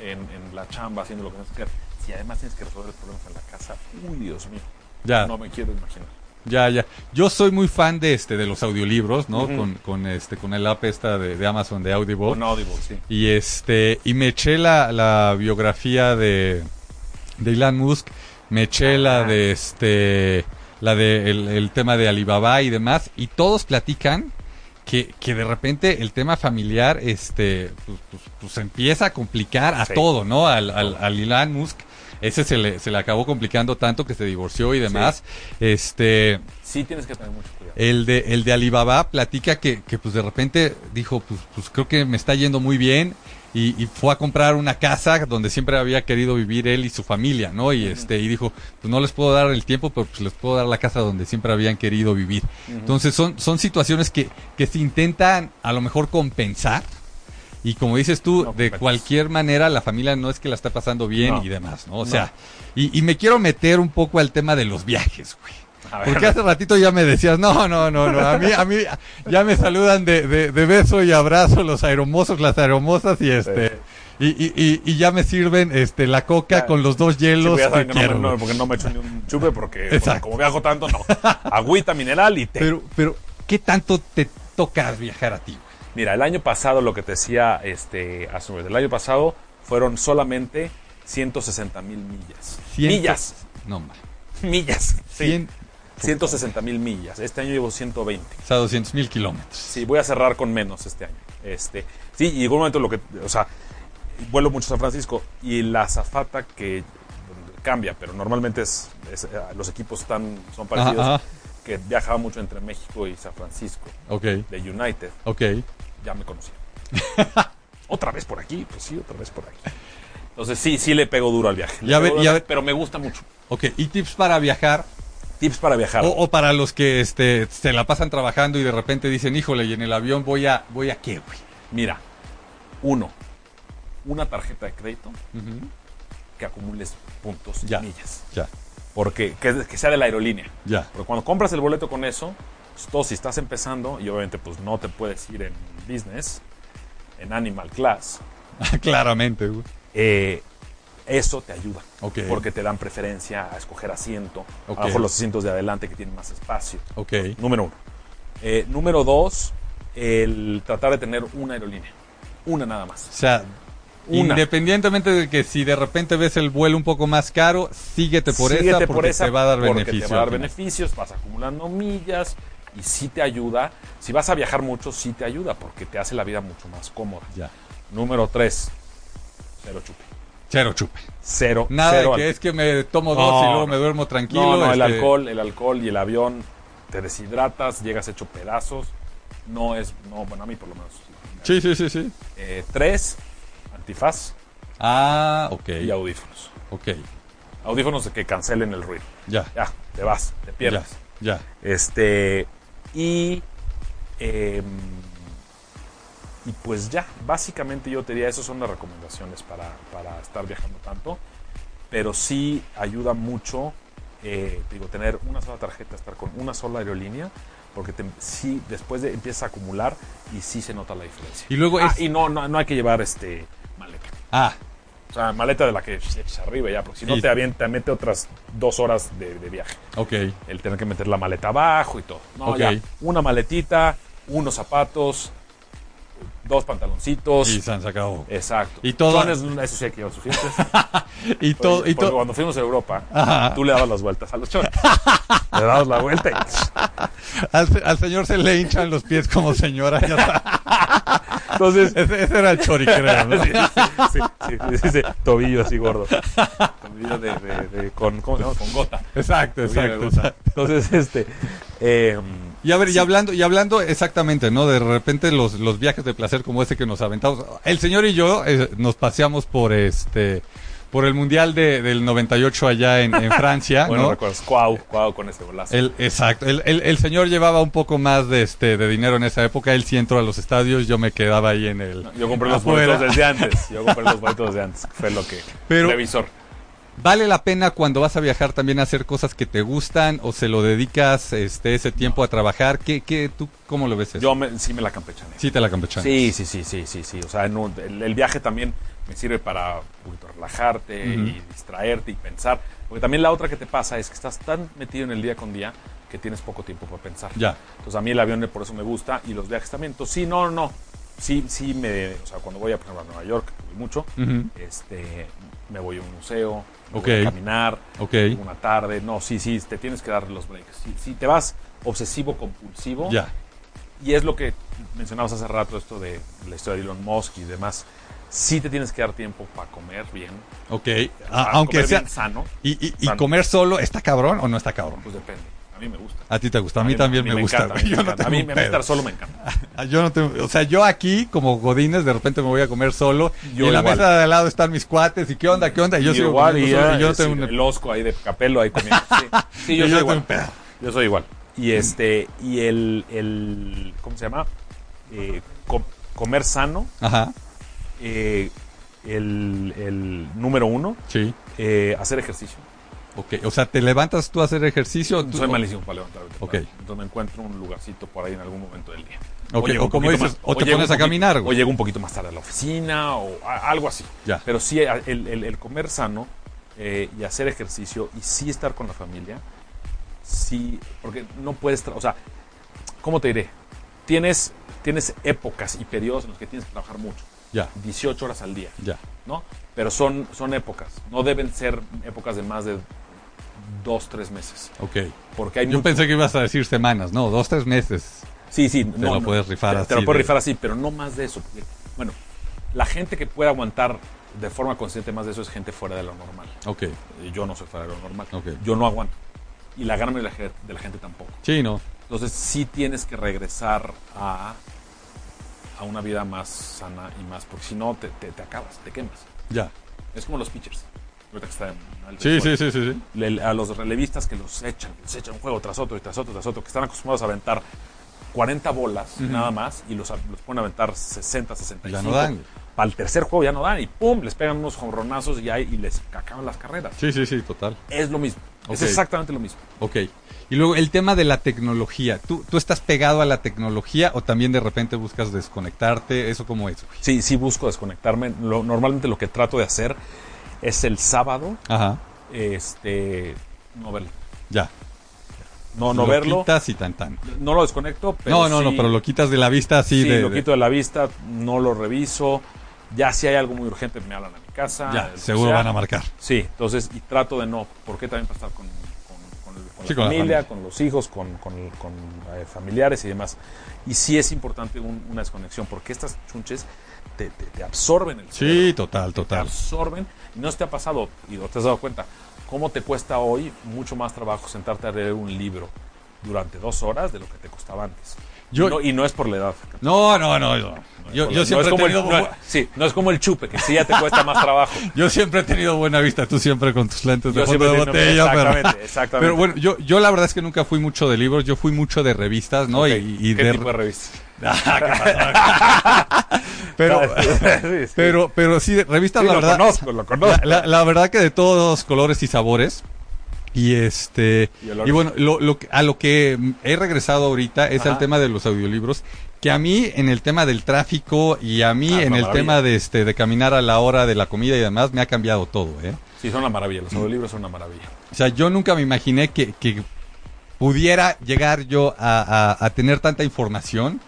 Speaker 2: en, en la chamba haciendo lo que tienes que hacer, si además tienes que resolver problemas en la casa, uy, Dios mío,
Speaker 3: Ya.
Speaker 2: no me quiero imaginar.
Speaker 3: Ya, ya. Yo soy muy fan de este, de los audiolibros, ¿no?
Speaker 2: Ujú.
Speaker 3: Con, con este, con el app esta de, de Amazon de Audible.
Speaker 2: Con Audible, sí.
Speaker 3: Y este, y me eché la, la biografía de, de Elon Musk, me eché la de este, la de el, el tema de Alibaba y demás, y todos platican que, que de repente el tema familiar, este, pues, pues- pues empieza a complicar a
Speaker 2: Sí.
Speaker 3: todo, ¿no? Al, al, al Elon Musk, ese se le, se le acabó complicando tanto que se divorció y demás. Este,
Speaker 2: Sí tienes que tener mucho cuidado.
Speaker 3: el de, el de Alibaba platica que, que pues de repente dijo, pues, pues creo que me está yendo muy bien. Y, y fue a comprar una casa donde siempre había querido vivir él y su familia, ¿no? Y este, y dijo, pues no les puedo dar el tiempo, pero pues les puedo dar la casa donde siempre habían querido vivir. Entonces son, son situaciones que, que se intentan a lo mejor compensar. Y como dices
Speaker 2: No
Speaker 3: tú, de
Speaker 2: compensas.
Speaker 3: cualquier manera la familia no es que la está pasando bien
Speaker 2: No.
Speaker 3: y demás, ¿no? O
Speaker 2: No.
Speaker 3: sea, y, y me quiero meter un poco al tema de los viajes, güey.
Speaker 2: A ver.
Speaker 3: Porque hace ratito ya me decías, no, no, no, no, a mí, a mí ya me saludan de, de- de beso y abrazo los aeromosos, las aeromosas y este, y, y- y- y ya me sirven este la coca
Speaker 2: Ya.
Speaker 3: con los dos
Speaker 2: Sí,
Speaker 3: hielos
Speaker 2: voy a saber
Speaker 3: que
Speaker 2: que no me-
Speaker 3: quiero.
Speaker 2: no, porque no me echo ni un chupe, porque bueno,
Speaker 3: Exacto.
Speaker 2: como viajo tanto, no. Agüita, mineral y té.
Speaker 3: Pero, pero, ¿qué tanto te toca viajar a ti? güey?
Speaker 2: Mira, el año pasado lo que te decía este hace un momento, el año pasado fueron solamente 160 mil millas.
Speaker 3: Ciento-
Speaker 2: Millas,
Speaker 3: No, ma.
Speaker 2: millas. Sí.
Speaker 3: Cien-
Speaker 2: 160 mil millas. Este año llevo 120.
Speaker 3: O sea, 200 mil kilómetros.
Speaker 2: Sí, voy a cerrar con menos este año. Este, sí, y llegó un momento en lo que, o sea, vuelo mucho a San Francisco y la azafata que cambia, pero normalmente es, es- eh, los equipos están, son partidos
Speaker 3: Ajá, ajá.
Speaker 2: que viajaba mucho entre México y San Francisco,
Speaker 3: Ok,
Speaker 2: de United,
Speaker 3: ok.
Speaker 2: ya me conocía. otra vez por aquí, pues sí, otra vez por aquí. Entonces sí, sí le pegó duro al viaje. Le
Speaker 3: Ya ve-
Speaker 2: pegó duro
Speaker 3: ya
Speaker 2: al-
Speaker 3: ve-
Speaker 2: Pero me gusta mucho.
Speaker 3: Ok, y tips para viajar
Speaker 2: Tips para viajar.
Speaker 3: o, o para los que este, se la pasan trabajando y de repente dicen, híjole, y en el avión voy a, voy a qué, güey.
Speaker 2: Mira, uno, una tarjeta de crédito que acumules puntos
Speaker 3: Ya.
Speaker 2: y millas.
Speaker 3: Ya,
Speaker 2: Porque que, que sea de la aerolínea.
Speaker 3: ya.
Speaker 2: Porque cuando compras el boleto con eso, pues, todo si estás empezando, y obviamente pues no te puedes ir en business, en animal class,
Speaker 3: Claramente, güey.
Speaker 2: eh, eso te ayuda.
Speaker 3: Ok.
Speaker 2: Porque te dan preferencia a escoger asiento,
Speaker 3: Ok.
Speaker 2: a lo mejor los asientos de adelante que tienen más espacio.
Speaker 3: Ok,
Speaker 2: Número uno. Eh, número dos, el tratar de tener una aerolínea. Una nada
Speaker 3: o
Speaker 2: más.
Speaker 3: sea...
Speaker 2: Una.
Speaker 3: Independientemente de que si de repente ves el vuelo un poco más caro, síguete por esa
Speaker 2: Síguete
Speaker 3: porque te va a dar
Speaker 2: porque
Speaker 3: beneficio.
Speaker 2: Te va a dar beneficios, vas acumulando millas y sí te ayuda. Si vas a viajar mucho, sí te ayuda porque te hace la vida mucho más cómoda.
Speaker 3: Ya.
Speaker 2: Número tres, cero chupe.
Speaker 3: Chero chupe.
Speaker 2: Cero.
Speaker 3: Nada
Speaker 2: cero
Speaker 3: de que
Speaker 2: al-
Speaker 3: es que me tomo dos y
Speaker 2: No, no.
Speaker 3: luego me duermo tranquilo.
Speaker 2: No, no, el
Speaker 3: este,
Speaker 2: alcohol, el alcohol y el avión te deshidratas, llegas hecho pedazos. No es, no, bueno, a mí por lo menos.
Speaker 3: Sí, sí, sí, sí.
Speaker 2: Eh, tres, antifaz
Speaker 3: Ah, ok.
Speaker 2: y audífonos.
Speaker 3: Ok,
Speaker 2: Audífonos que cancelen el ruido.
Speaker 3: ya.
Speaker 2: Ya, te vas, te
Speaker 3: Ya,
Speaker 2: pierdes.
Speaker 3: ya.
Speaker 2: Este, y, em, y pues ya, básicamente yo te diría, esas son las recomendaciones para, para estar viajando tanto, pero sí ayuda mucho, eh, te digo, tener una sola tarjeta, estar con una sola aerolínea, porque te, sí, después de, empiezas a acumular y sí se nota la diferencia.
Speaker 3: Y luego
Speaker 2: Ah,
Speaker 3: es-
Speaker 2: y no, no, no hay que llevar este maleta.
Speaker 3: Ah,
Speaker 2: O sea, maleta de la que echas arriba ya, porque si no
Speaker 3: Sí.
Speaker 2: te avienta, mete otras dos horas de- de viaje
Speaker 3: ok.
Speaker 2: el tener que meter la maleta abajo y todo. No,
Speaker 3: Ok.
Speaker 2: ya, una maletita, unos zapatos, dos pantaloncitos.
Speaker 3: Y se han sacado.
Speaker 2: Exacto.
Speaker 3: Y todo-
Speaker 2: Son es- eso sí hay que llevar suficientes.
Speaker 3: Y todo,
Speaker 2: Porque
Speaker 3: y todo.
Speaker 2: cuando fuimos a Europa,
Speaker 3: Ajá.
Speaker 2: pues, tú le dabas las vueltas a los chones. le dabas la vuelta y...
Speaker 3: Al, se- al señor se le hinchan los pies como señora. ya está.
Speaker 2: Entonces...
Speaker 3: Ese, ese era el chori, creo. ¿no?
Speaker 2: Sí, sí, sí, sí, sí, tobillo así gordo. Tobillo de, de- de- con, ¿cómo se llama? Con gota.
Speaker 3: Exacto,
Speaker 2: Tobillo
Speaker 3: exacto.
Speaker 2: de gota.
Speaker 3: exacto.
Speaker 2: Entonces, este... eh,
Speaker 3: Y a ver, y hablando, y hablando exactamente, ¿no? De repente los, los viajes de placer como este que nos aventamos. El señor y yo eh, nos paseamos por este por el Mundial de- del 98 allá en, en Francia,
Speaker 2: bueno,
Speaker 3: ¿no?
Speaker 2: recuerdas, cuau, cuau con ese golazo.
Speaker 3: El, exacto. El, el- el señor llevaba un poco más de este de dinero en esa época. Él sí entró a los estadios, yo me quedaba ahí en el.
Speaker 2: Yo compré los
Speaker 3: afuera.
Speaker 2: boletos desde antes. Yo compré los boletos desde antes. Fue lo que.
Speaker 3: Pero-
Speaker 2: Revisor.
Speaker 3: ¿Vale la pena cuando vas a viajar también a hacer cosas que te gustan o se lo dedicas este ese tiempo a trabajar? ¿Qué, qué, ¿Tú cómo lo ves eso?
Speaker 2: Yo me- sí me la campechané.
Speaker 3: sí te la campechanas.
Speaker 2: Sí, sí, sí, sí, sí, sí. O sea, en un- el, el viaje también me sirve para un poquito relajarte y distraerte y pensar. Porque también la otra que te pasa es que estás tan metido en el día con día que tienes poco tiempo para pensar.
Speaker 3: Ya.
Speaker 2: Entonces a mí el avión por eso me gusta y los viajes también. Entonces sí, no, no. Sí, sí me... O sea, cuando voy, a, por ejemplo, a Nueva York, que voy mucho,
Speaker 3: Ujú.
Speaker 2: este, me voy a un museo, me
Speaker 3: Ok.
Speaker 2: voy a caminar,
Speaker 3: Ok.
Speaker 2: una tarde. No, sí, sí, te tienes que dar los breaks. Si te vas obsesivo, compulsivo,
Speaker 3: Ya.
Speaker 2: y es lo que mencionabas hace rato, esto de la historia de Elon Musk y demás, sí te tienes que dar tiempo para comer bien,
Speaker 3: Ok. A-
Speaker 2: para
Speaker 3: Ah,
Speaker 2: Ah,
Speaker 3: aunque
Speaker 2: comer
Speaker 3: sea.
Speaker 2: bien sano,
Speaker 3: Y, y- y
Speaker 2: Sano.
Speaker 3: comer solo, ¿está cabrón o no está cabrón?
Speaker 2: pues depende. A mí me gusta.
Speaker 3: A ti te gusta, a mí también me gusta.
Speaker 2: encanta, a
Speaker 3: güey.
Speaker 2: mí me
Speaker 3: Yo no
Speaker 2: encanta.
Speaker 3: tengo
Speaker 2: A mí
Speaker 3: un
Speaker 2: me
Speaker 3: pedo.
Speaker 2: estar solo me encanta.
Speaker 3: Ah, Yo no tengo- o sea, yo aquí como Godines de repente me voy a comer solo
Speaker 2: Yo
Speaker 3: y en la
Speaker 2: igual.
Speaker 3: mesa de al lado están mis cuates y qué onda, qué onda, y yo
Speaker 2: Y
Speaker 3: sigo
Speaker 2: igual, y
Speaker 3: comiendo
Speaker 2: ya,
Speaker 3: solo, y yo no
Speaker 2: es
Speaker 3: tengo un-
Speaker 2: el osco ahí de capelo ahí comiendo. Sí, sí, yo
Speaker 3: y
Speaker 2: soy
Speaker 3: tengo un
Speaker 2: igual.
Speaker 3: pedo.
Speaker 2: Yo soy igual. Y este, y el, el ¿cómo se llama? Eh, co- comer sano,
Speaker 3: Ajá,
Speaker 2: eh, el, el número uno,
Speaker 3: sí.
Speaker 2: eh, hacer ejercicio.
Speaker 3: Ok, o sea, ¿te levantas tú a hacer ejercicio? o tú-
Speaker 2: Soy malísimo para levantarme. temprano.
Speaker 3: Ok.
Speaker 2: Entonces me encuentro un lugarcito por ahí en algún momento del día.
Speaker 3: Ok,
Speaker 2: llego
Speaker 3: o
Speaker 2: un
Speaker 3: como
Speaker 2: poquito
Speaker 3: dices, o te
Speaker 2: llego
Speaker 3: pones
Speaker 2: un
Speaker 3: a caminar,
Speaker 2: poquito- O
Speaker 3: güey.
Speaker 2: llego un poquito más tarde a la oficina o a- algo así.
Speaker 3: Ya.
Speaker 2: Pero sí, a- el, el- el comer sano eh, y hacer ejercicio y sí estar con la familia, sí, porque no puedes, tra- o sea, ¿cómo te diré? Tienes, tienes épocas y periodos en los que tienes que trabajar mucho,
Speaker 3: Ya,
Speaker 2: 18 horas al día.
Speaker 3: ya.
Speaker 2: ¿no? Pero son, son épocas, no deben ser épocas de más de dos, tres meses.
Speaker 3: Ok.
Speaker 2: Porque hay
Speaker 3: Yo
Speaker 2: mucho-
Speaker 3: pensé que ibas a decir semanas, no, dos, tres meses.
Speaker 2: Sí, sí.
Speaker 3: Te lo puedes rifar
Speaker 2: te-
Speaker 3: así
Speaker 2: Te lo puedes
Speaker 3: de-
Speaker 2: rifar así, pero no más de eso. porque, bueno, la gente que puede aguantar de forma consciente más de eso es gente fuera de lo normal.
Speaker 3: Ok.
Speaker 2: Eh, Yo no soy fuera de lo normal.
Speaker 3: Ok.
Speaker 2: Yo no aguanto. Y la gran mayoría de la gen- de la gente tampoco.
Speaker 3: Sí, no.
Speaker 2: Entonces sí tienes que regresar a, a una vida más sana y más, porque si no te, te- te acabas, te quemas.
Speaker 3: Ya.
Speaker 2: Es como los pitchers. Ahorita que está en- al
Speaker 3: Sí,
Speaker 2: béisbol.
Speaker 3: sí, sí, sí, sí.
Speaker 2: Le- a los relevistas que los echan, que los echan un juego tras otro y tras otro tras otro, que están acostumbrados a aventar 40 bolas nada más y los, a- los ponen a aventar 60, 65.
Speaker 3: Ya no dan.
Speaker 2: Para el tercer juego ya no dan y pum, les pegan unos jonronazos y, ahí- y les acaban las carreras.
Speaker 3: Sí, sí, sí, total.
Speaker 2: Es lo mismo. Es
Speaker 3: Ok.
Speaker 2: exactamente lo mismo.
Speaker 3: Ok. Y luego el tema de la tecnología. ¿Tú, ¿Tú estás pegado a la tecnología o también de repente buscas desconectarte? ¿Eso cómo es? güey?
Speaker 2: Sí, sí busco desconectarme. Lo- normalmente lo que trato de hacer es el sábado,
Speaker 3: Ajá.
Speaker 2: este, no verlo.
Speaker 3: Ya.
Speaker 2: No, no
Speaker 3: Lo
Speaker 2: verlo.
Speaker 3: quitas y tan tan.
Speaker 2: No lo desconecto, pero
Speaker 3: no, no,
Speaker 2: sí-
Speaker 3: no, pero lo quitas de la vista así
Speaker 2: sí,
Speaker 3: de.
Speaker 2: lo
Speaker 3: de-
Speaker 2: quito de la vista, no lo reviso. Ya si hay algo muy urgente, me hablan a mi casa.
Speaker 3: Ya,
Speaker 2: lo que
Speaker 3: seguro
Speaker 2: sea.
Speaker 3: van a marcar.
Speaker 2: Sí, entonces, y trato de no, porque también para estar con, con- con el- con
Speaker 3: Sí,
Speaker 2: la,
Speaker 3: con la
Speaker 2: familia,
Speaker 3: familia.
Speaker 2: con los hijos, con, con- con, eh, familiares y demás. Y sí es importante un- una desconexión, porque estas chunches te, te- te absorben el cerebro,
Speaker 3: Sí, total,
Speaker 2: te
Speaker 3: total.
Speaker 2: absorben. Y no te ha pasado, y no te has dado cuenta, cómo te cuesta hoy mucho más trabajo sentarte a leer un libro durante dos horas de lo que te costaba antes.
Speaker 3: Yo-
Speaker 2: y, no, y no es por la edad.
Speaker 3: No, no, no. no. Yo, yo
Speaker 2: No
Speaker 3: siempre,
Speaker 2: es como
Speaker 3: he tenido,
Speaker 2: el, no,
Speaker 3: bu-
Speaker 2: sí, no es como el chupe, que sí ya te cuesta más trabajo.
Speaker 3: yo siempre he tenido buena vista. Tú siempre con tus lentes de
Speaker 2: Yo
Speaker 3: fondo de
Speaker 2: siempre he tenido-
Speaker 3: botella. pero-
Speaker 2: exactamente, exactamente.
Speaker 3: Pero bueno, yo, yo la verdad es que nunca fui mucho de libros. Yo fui mucho de revistas, ¿no? Y- Y,
Speaker 2: ¿Qué
Speaker 3: de.
Speaker 2: tipo de revista?
Speaker 3: Pero,
Speaker 2: Sí, sí.
Speaker 3: pero, pero sí, de revistas,
Speaker 2: Sí,
Speaker 3: la
Speaker 2: lo
Speaker 3: verdad.
Speaker 2: conozco, lo conozco.
Speaker 3: La, la- la verdad que de todos colores y sabores. Y este.
Speaker 2: Y
Speaker 3: Y,
Speaker 2: olores.
Speaker 3: bueno, lo, lo que- a lo que mm, he regresado ahorita es al
Speaker 2: Ajá.
Speaker 3: tema de los audiolibros. Que a mí, en el tema del tráfico y a mí,
Speaker 2: Ah,
Speaker 3: en
Speaker 2: una
Speaker 3: el
Speaker 2: maravilla.
Speaker 3: tema de este de caminar a la hora de la comida y demás, me ha cambiado todo, ¿eh?
Speaker 2: Sí, son una maravilla. Los audiolibros son una maravilla.
Speaker 3: O sea, yo nunca me imaginé que, que pudiera llegar yo a, a- a tener tanta información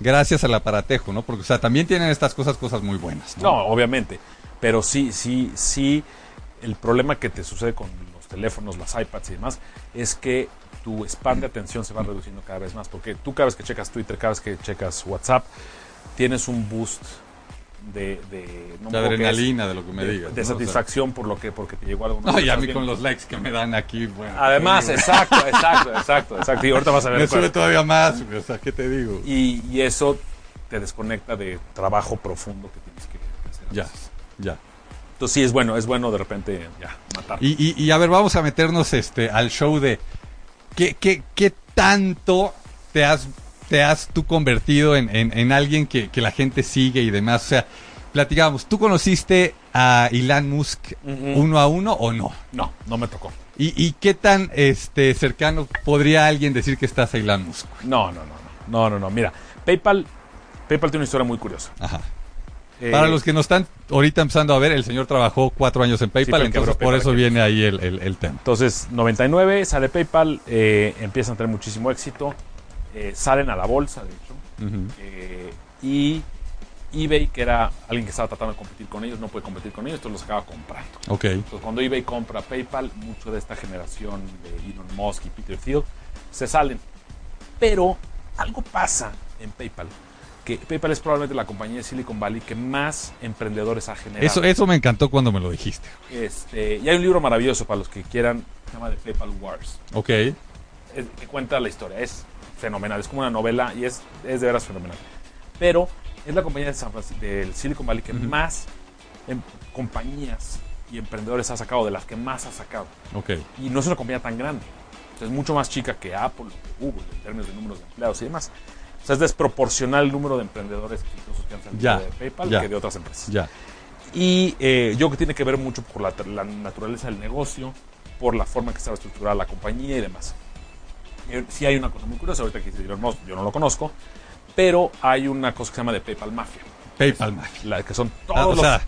Speaker 3: gracias al aparatejo, ¿no? Porque, o sea, también tienen estas cosas, cosas muy buenas, ¿no?
Speaker 2: No, obviamente. Pero sí, sí, sí. El problema que te sucede con los teléfonos, las iPads y demás, es que tu span de atención se va reduciendo cada vez más. Porque tú cada vez que checas Twitter, cada vez que checas WhatsApp, tienes un boost de... de no me
Speaker 3: De
Speaker 2: acuerdo qué es,
Speaker 3: adrenalina, de lo que me
Speaker 2: de-
Speaker 3: digas.
Speaker 2: De
Speaker 3: ¿no? O sea,
Speaker 2: satisfacción por lo que, porque te llegó algo.
Speaker 3: No,
Speaker 2: que
Speaker 3: y a
Speaker 2: estás
Speaker 3: mí
Speaker 2: viendo.
Speaker 3: con los likes que me dan aquí, bueno.
Speaker 2: Además,
Speaker 3: te digo,
Speaker 2: exacto, exacto, exacto, exacto. Y ahorita vas a ver.
Speaker 3: me
Speaker 2: el
Speaker 3: sube
Speaker 2: cuadro.
Speaker 3: todavía más, güey, o sea, ¿qué te digo?
Speaker 2: Y, y eso te desconecta de trabajo profundo que tienes que que hacer.
Speaker 3: Ya, ya.
Speaker 2: Entonces sí es bueno, es bueno de repente ya matar.
Speaker 3: Y, y, y a ver, vamos a meternos este al show de qué, qué, qué tanto te has, te has tú convertido en, en, en alguien que, que la gente sigue y demás. O sea, platicábamos, ¿tú conociste a Elon Musk
Speaker 2: Ujú.
Speaker 3: uno a uno o no?
Speaker 2: No, no me tocó.
Speaker 3: ¿Y, y qué tan este cercano podría alguien decir que estás a Elon Musk?
Speaker 2: No, no, no, no. No, no, no. Mira, PayPal, PayPal tiene una historia muy curiosa.
Speaker 3: Ajá.
Speaker 2: Eh,
Speaker 3: Para los que no están ahorita empezando a ver, el señor trabajó cuatro años en PayPal,
Speaker 2: pero
Speaker 3: entonces
Speaker 2: quebró
Speaker 3: por
Speaker 2: PayPal
Speaker 3: eso
Speaker 2: aquí.
Speaker 3: viene ahí el, el, el tema.
Speaker 2: Entonces, 99 sale PayPal, eh, empiezan a tener muchísimo éxito, eh, salen a la bolsa, de hecho,
Speaker 3: Ujú.
Speaker 2: eh, y eBay, que era alguien que estaba tratando de competir con ellos, no puede competir con ellos, entonces los acaba comprando.
Speaker 3: Ok,
Speaker 2: Entonces, cuando eBay compra PayPal, mucho de esta generación de Elon Musk y Peter Thiel se salen. Pero algo pasa en PayPal, que PayPal es probablemente la compañía de Silicon Valley que más emprendedores ha generado.
Speaker 3: eso, eso me encantó cuando me lo dijiste.
Speaker 2: Este, y hay un libro maravilloso para los que quieran, se llama The PayPal Wars,
Speaker 3: Ok,
Speaker 2: eh, que cuenta la historia. Es fenomenal, es como una novela y es, es de veras fenomenal. Pero es la compañía de San Francisco, del Silicon Valley que más em- compañías y emprendedores ha sacado, de las que más ha sacado
Speaker 3: ok,
Speaker 2: y no es una compañía tan grande. O sea, es mucho más chica que Apple, que Google, en términos de números de empleados y demás. O sea, es desproporcional el número de emprendedores exitosos que han salido
Speaker 3: Ya,
Speaker 2: de PayPal
Speaker 3: ya.
Speaker 2: que de otras empresas.
Speaker 3: ya.
Speaker 2: Y eh, yo creo que tiene que ver mucho por la, la naturaleza del negocio, por la forma en que estaba estructurada la compañía y demás. Eh, Sí hay una cosa muy curiosa, ahorita que dice Elon Musk, yo no lo conozco, pero hay una cosa que se llama de PayPal Mafia,
Speaker 3: PayPal Mafia.
Speaker 2: la que son todos
Speaker 3: Ah, o
Speaker 2: los...
Speaker 3: sea,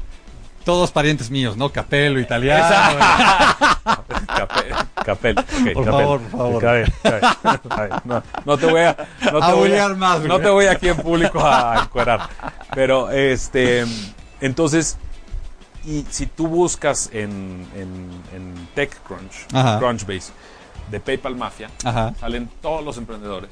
Speaker 3: todos parientes míos, ¿no? Capello, italiano.
Speaker 2: Capel, Capel. ok, Capel.
Speaker 3: Por favor, por favor.
Speaker 2: Capel, Capel, Capel. No, no te voy a. No te
Speaker 3: A
Speaker 2: voy
Speaker 3: bullear más, ¿eh? güey.
Speaker 2: No te voy aquí en público a encuerar. Pero, este. Entonces, Y si tú buscas en, en, en TechCrunch,
Speaker 3: Ajá.
Speaker 2: Crunchbase, de PayPal Mafia,
Speaker 3: Ajá.
Speaker 2: salen todos los emprendedores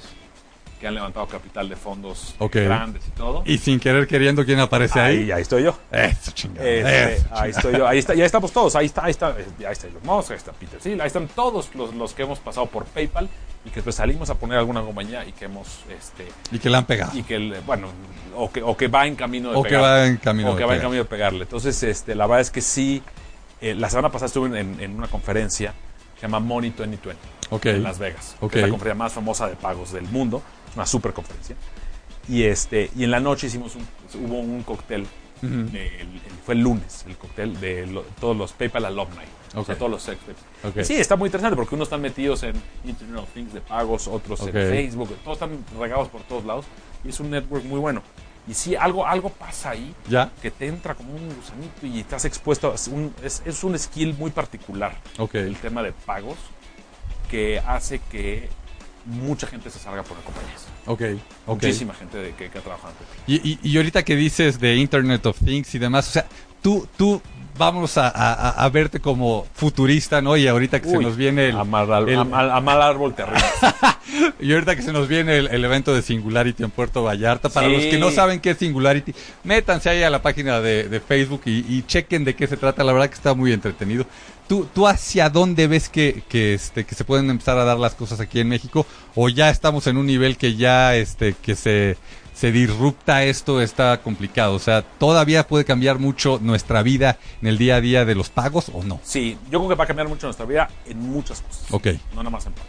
Speaker 2: que han levantado capital de fondos
Speaker 3: Ok.
Speaker 2: grandes y todo.
Speaker 3: Y sin querer queriendo, ¿quién aparece ahí?
Speaker 2: ahí, ahí estoy yo.
Speaker 3: Eso, chingada.
Speaker 2: Este,
Speaker 3: eso,
Speaker 2: ahí estoy yo, ahí está, ya estamos todos, ahí está, ahí está, eh, ahí está Elon Musk, ahí está Peter Thiel, ahí están todos los, los que hemos pasado por PayPal y que después salimos a poner alguna compañía y que hemos, este,
Speaker 3: Y que la han pegado.
Speaker 2: y que el- bueno, o que, o que va en camino de
Speaker 3: O que
Speaker 2: pegarle.
Speaker 3: va en camino
Speaker 2: O
Speaker 3: de
Speaker 2: que va en
Speaker 3: pegar.
Speaker 2: camino de pegarle. Entonces, este, la verdad es que sí, eh, la semana pasada estuve en, en una conferencia que se llama Money 2020
Speaker 3: Ok.
Speaker 2: en Las Vegas. que
Speaker 3: Ok.
Speaker 2: Es la conferencia más famosa de pagos del mundo, una super conferencia. Y, este, y en la noche hicimos un, hubo un cóctel, de- el- el- fue el lunes, el cóctel de lo- todos los PayPal alumni, o sea,
Speaker 3: Ok.
Speaker 2: todos los ex
Speaker 3: Ok.
Speaker 2: Sí, está muy interesante porque unos están metidos en Internet of Things de pagos, otros
Speaker 3: Ok.
Speaker 2: en Facebook, todos están regados por todos lados y es un network muy bueno. Y sí, algo, algo pasa ahí
Speaker 3: ¿Ya?
Speaker 2: que te entra como un gusanito y estás expuesto a es un, es, es un skill muy particular
Speaker 3: Ok.
Speaker 2: el tema de pagos que hace que mucha gente se salga por las compañías
Speaker 3: Ok. Ok.
Speaker 2: muchísima gente de que, que ha trabajado en PayPal.
Speaker 3: Y, y- y ahorita que dices de Internet of Things y demás, o sea, tú, tú vamos a, a- a verte como futurista, ¿no? Y ahorita que se
Speaker 2: Uy,
Speaker 3: nos viene el,
Speaker 2: a mal, al-
Speaker 3: el-
Speaker 2: a mal- a mal árbol terrible
Speaker 3: y ahorita que se nos viene el, el evento de Singularity en Puerto Vallarta, para
Speaker 2: Sí.
Speaker 3: los que no saben qué es Singularity, métanse ahí a la página de, de Facebook y, y chequen de qué se trata, la verdad que está muy entretenido. ¿Tú, tú hacia dónde ves que, que, este, que se pueden empezar a dar las cosas aquí en México? ¿O ya estamos en un nivel que ya este, que se, se disrupta esto, está complicado? O sea, ¿todavía puede cambiar mucho nuestra vida en el día a día de los pagos o no?
Speaker 2: sí yo creo que va a cambiar mucho nuestra vida en muchas cosas
Speaker 3: Ok.
Speaker 2: no nada más en pagos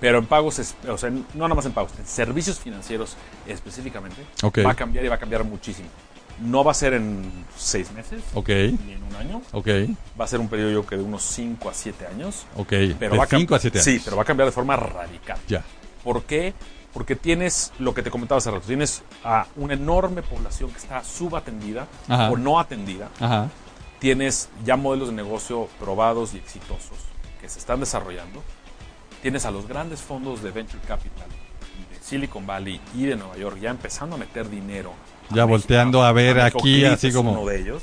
Speaker 2: pero en pagos es- o sea no nada más en pagos en servicios financieros específicamente
Speaker 3: Ok.
Speaker 2: va a cambiar y va a cambiar muchísimo no va a ser en seis meses
Speaker 3: Ok,
Speaker 2: ni en un año
Speaker 3: ok,
Speaker 2: va a ser un periodo yo creo que de unos 5 a 7 años
Speaker 3: ok.
Speaker 2: pero
Speaker 3: de
Speaker 2: va cam-
Speaker 3: 5 a 7 años.
Speaker 2: sí pero va a cambiar de forma radical
Speaker 3: Ya.
Speaker 2: ¿Por qué? Porque tienes lo que te comentaba hace rato, tienes a una enorme población que está subatendida
Speaker 3: Ajá.
Speaker 2: o no atendida,
Speaker 3: Ajá.
Speaker 2: tienes ya modelos de negocio probados y exitosos que se están desarrollando, tienes a los grandes fondos de venture capital de Silicon Valley y de Nueva York ya empezando a meter dinero. a
Speaker 3: Ya volteando a ver
Speaker 2: México
Speaker 3: aquí,
Speaker 2: Crip
Speaker 3: así
Speaker 2: es
Speaker 3: como-
Speaker 2: uno de ellos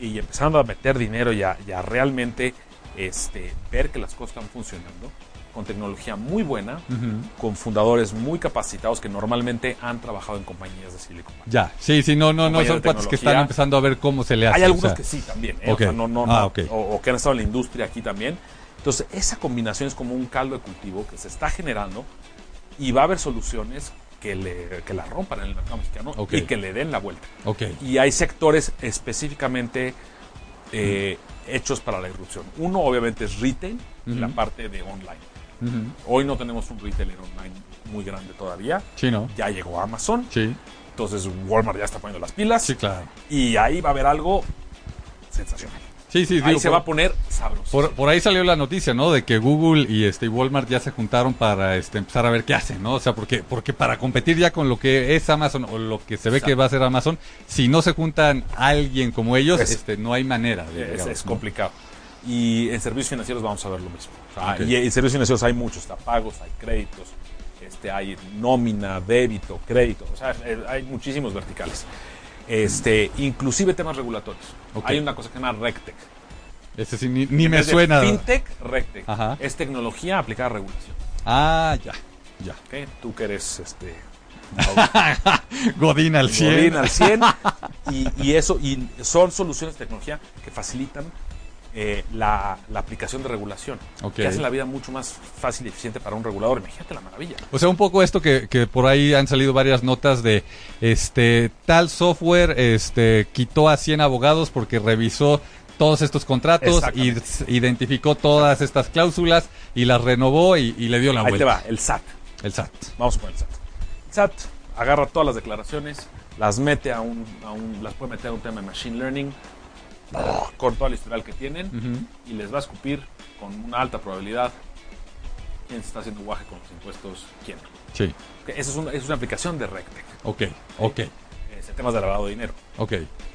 Speaker 2: y empezando a meter dinero ya ya realmente este ver que las cosas están funcionando con tecnología muy buena
Speaker 3: Ujú.
Speaker 2: con fundadores muy capacitados que normalmente han trabajado en compañías de Silicon Valley.
Speaker 3: Ya, sí, sí, no, no, no
Speaker 2: Compañía
Speaker 3: son
Speaker 2: de
Speaker 3: cuates que
Speaker 2: tecnología.
Speaker 3: están empezando a ver cómo se le hace.
Speaker 2: Hay
Speaker 3: o
Speaker 2: algunos
Speaker 3: sea,
Speaker 2: que sí también, ¿eh? O
Speaker 3: ok.
Speaker 2: sea, no, no,
Speaker 3: Ah,
Speaker 2: no,
Speaker 3: ok.
Speaker 2: o, o que han estado en la industria aquí también. Entonces, esa combinación es como un caldo de cultivo que se está generando y va a haber soluciones que, le, que la rompan en el mercado mexicano
Speaker 3: Ok.
Speaker 2: y que le den la vuelta.
Speaker 3: Ok,
Speaker 2: Y hay sectores específicamente eh, hechos para la irrupción. Uno, obviamente, es retail, y la
Speaker 3: Ujú.
Speaker 2: parte de online.
Speaker 3: Ujú.
Speaker 2: Hoy no tenemos un retailer online muy grande todavía.
Speaker 3: sí, ¿no?
Speaker 2: Ya llegó Amazon.
Speaker 3: Sí,
Speaker 2: Entonces Walmart ya está poniendo las pilas
Speaker 3: sí, claro.
Speaker 2: y ahí va a haber algo sensacional.
Speaker 3: Sí, sí,
Speaker 2: ahí
Speaker 3: digo,
Speaker 2: se
Speaker 3: por,
Speaker 2: va a poner sabroso.
Speaker 3: por- por ahí salió la noticia, ¿no? De que Google y este y Walmart ya se juntaron para este, empezar a ver qué hacen, ¿no? O sea, porque, porque para competir ya con lo que es Amazon o lo que se ve que va a ser Amazon, si no se juntan alguien como ellos,
Speaker 2: Es-
Speaker 3: este, no hay manera. de,
Speaker 2: es,
Speaker 3: digamos,
Speaker 2: es
Speaker 3: ¿no?
Speaker 2: complicado. Y en servicios financieros vamos a ver lo mismo. O sea,
Speaker 3: Ok.
Speaker 2: Y en servicios financieros hay muchos, está pagos, hay créditos, este, hay nómina, débito, crédito, o sea, eh, hay muchísimos verticales. Este, inclusive temas regulatorios.
Speaker 3: Ok.
Speaker 2: Hay una cosa que se llama RegTech.
Speaker 3: Ese sí, ni, ni
Speaker 2: En
Speaker 3: me
Speaker 2: vez de
Speaker 3: suena.
Speaker 2: Fintech, RegTech.
Speaker 3: Ajá.
Speaker 2: Es tecnología aplicada a regulación.
Speaker 3: Ah, ya, ya.
Speaker 2: ¿ok? Tú que eres este,
Speaker 3: Godín al 100.
Speaker 2: Godín al 100. y, y eso, y son soluciones de tecnología que facilitan eh, la, la aplicación de regulación.
Speaker 3: Ok.
Speaker 2: Que hacen la vida mucho más fácil y eficiente para un regulador. Imagínate la maravilla.
Speaker 3: O sea, un poco esto que, que por ahí han salido varias notas de este tal software este quitó a 100 abogados porque revisó todos estos contratos y
Speaker 2: Exactamente.
Speaker 3: s- identificó todas estas cláusulas y las renovó y, y le dio la
Speaker 2: Ahí te
Speaker 3: vuelta.
Speaker 2: va, el SAT.
Speaker 3: El SAT.
Speaker 2: Vamos con el SAT. El SAT agarra todas las declaraciones, las mete a un, a un- las puede meter a un tema de machine learning, con toda la historial que tienen, y les va a escupir con una alta probabilidad quién se está haciendo guaje con los impuestos, quién.
Speaker 3: Sí.
Speaker 2: Ok, Eso es, una- es una aplicación de RegTech.
Speaker 3: Ok, ok,
Speaker 2: este, temas de lavado de dinero.
Speaker 3: ok.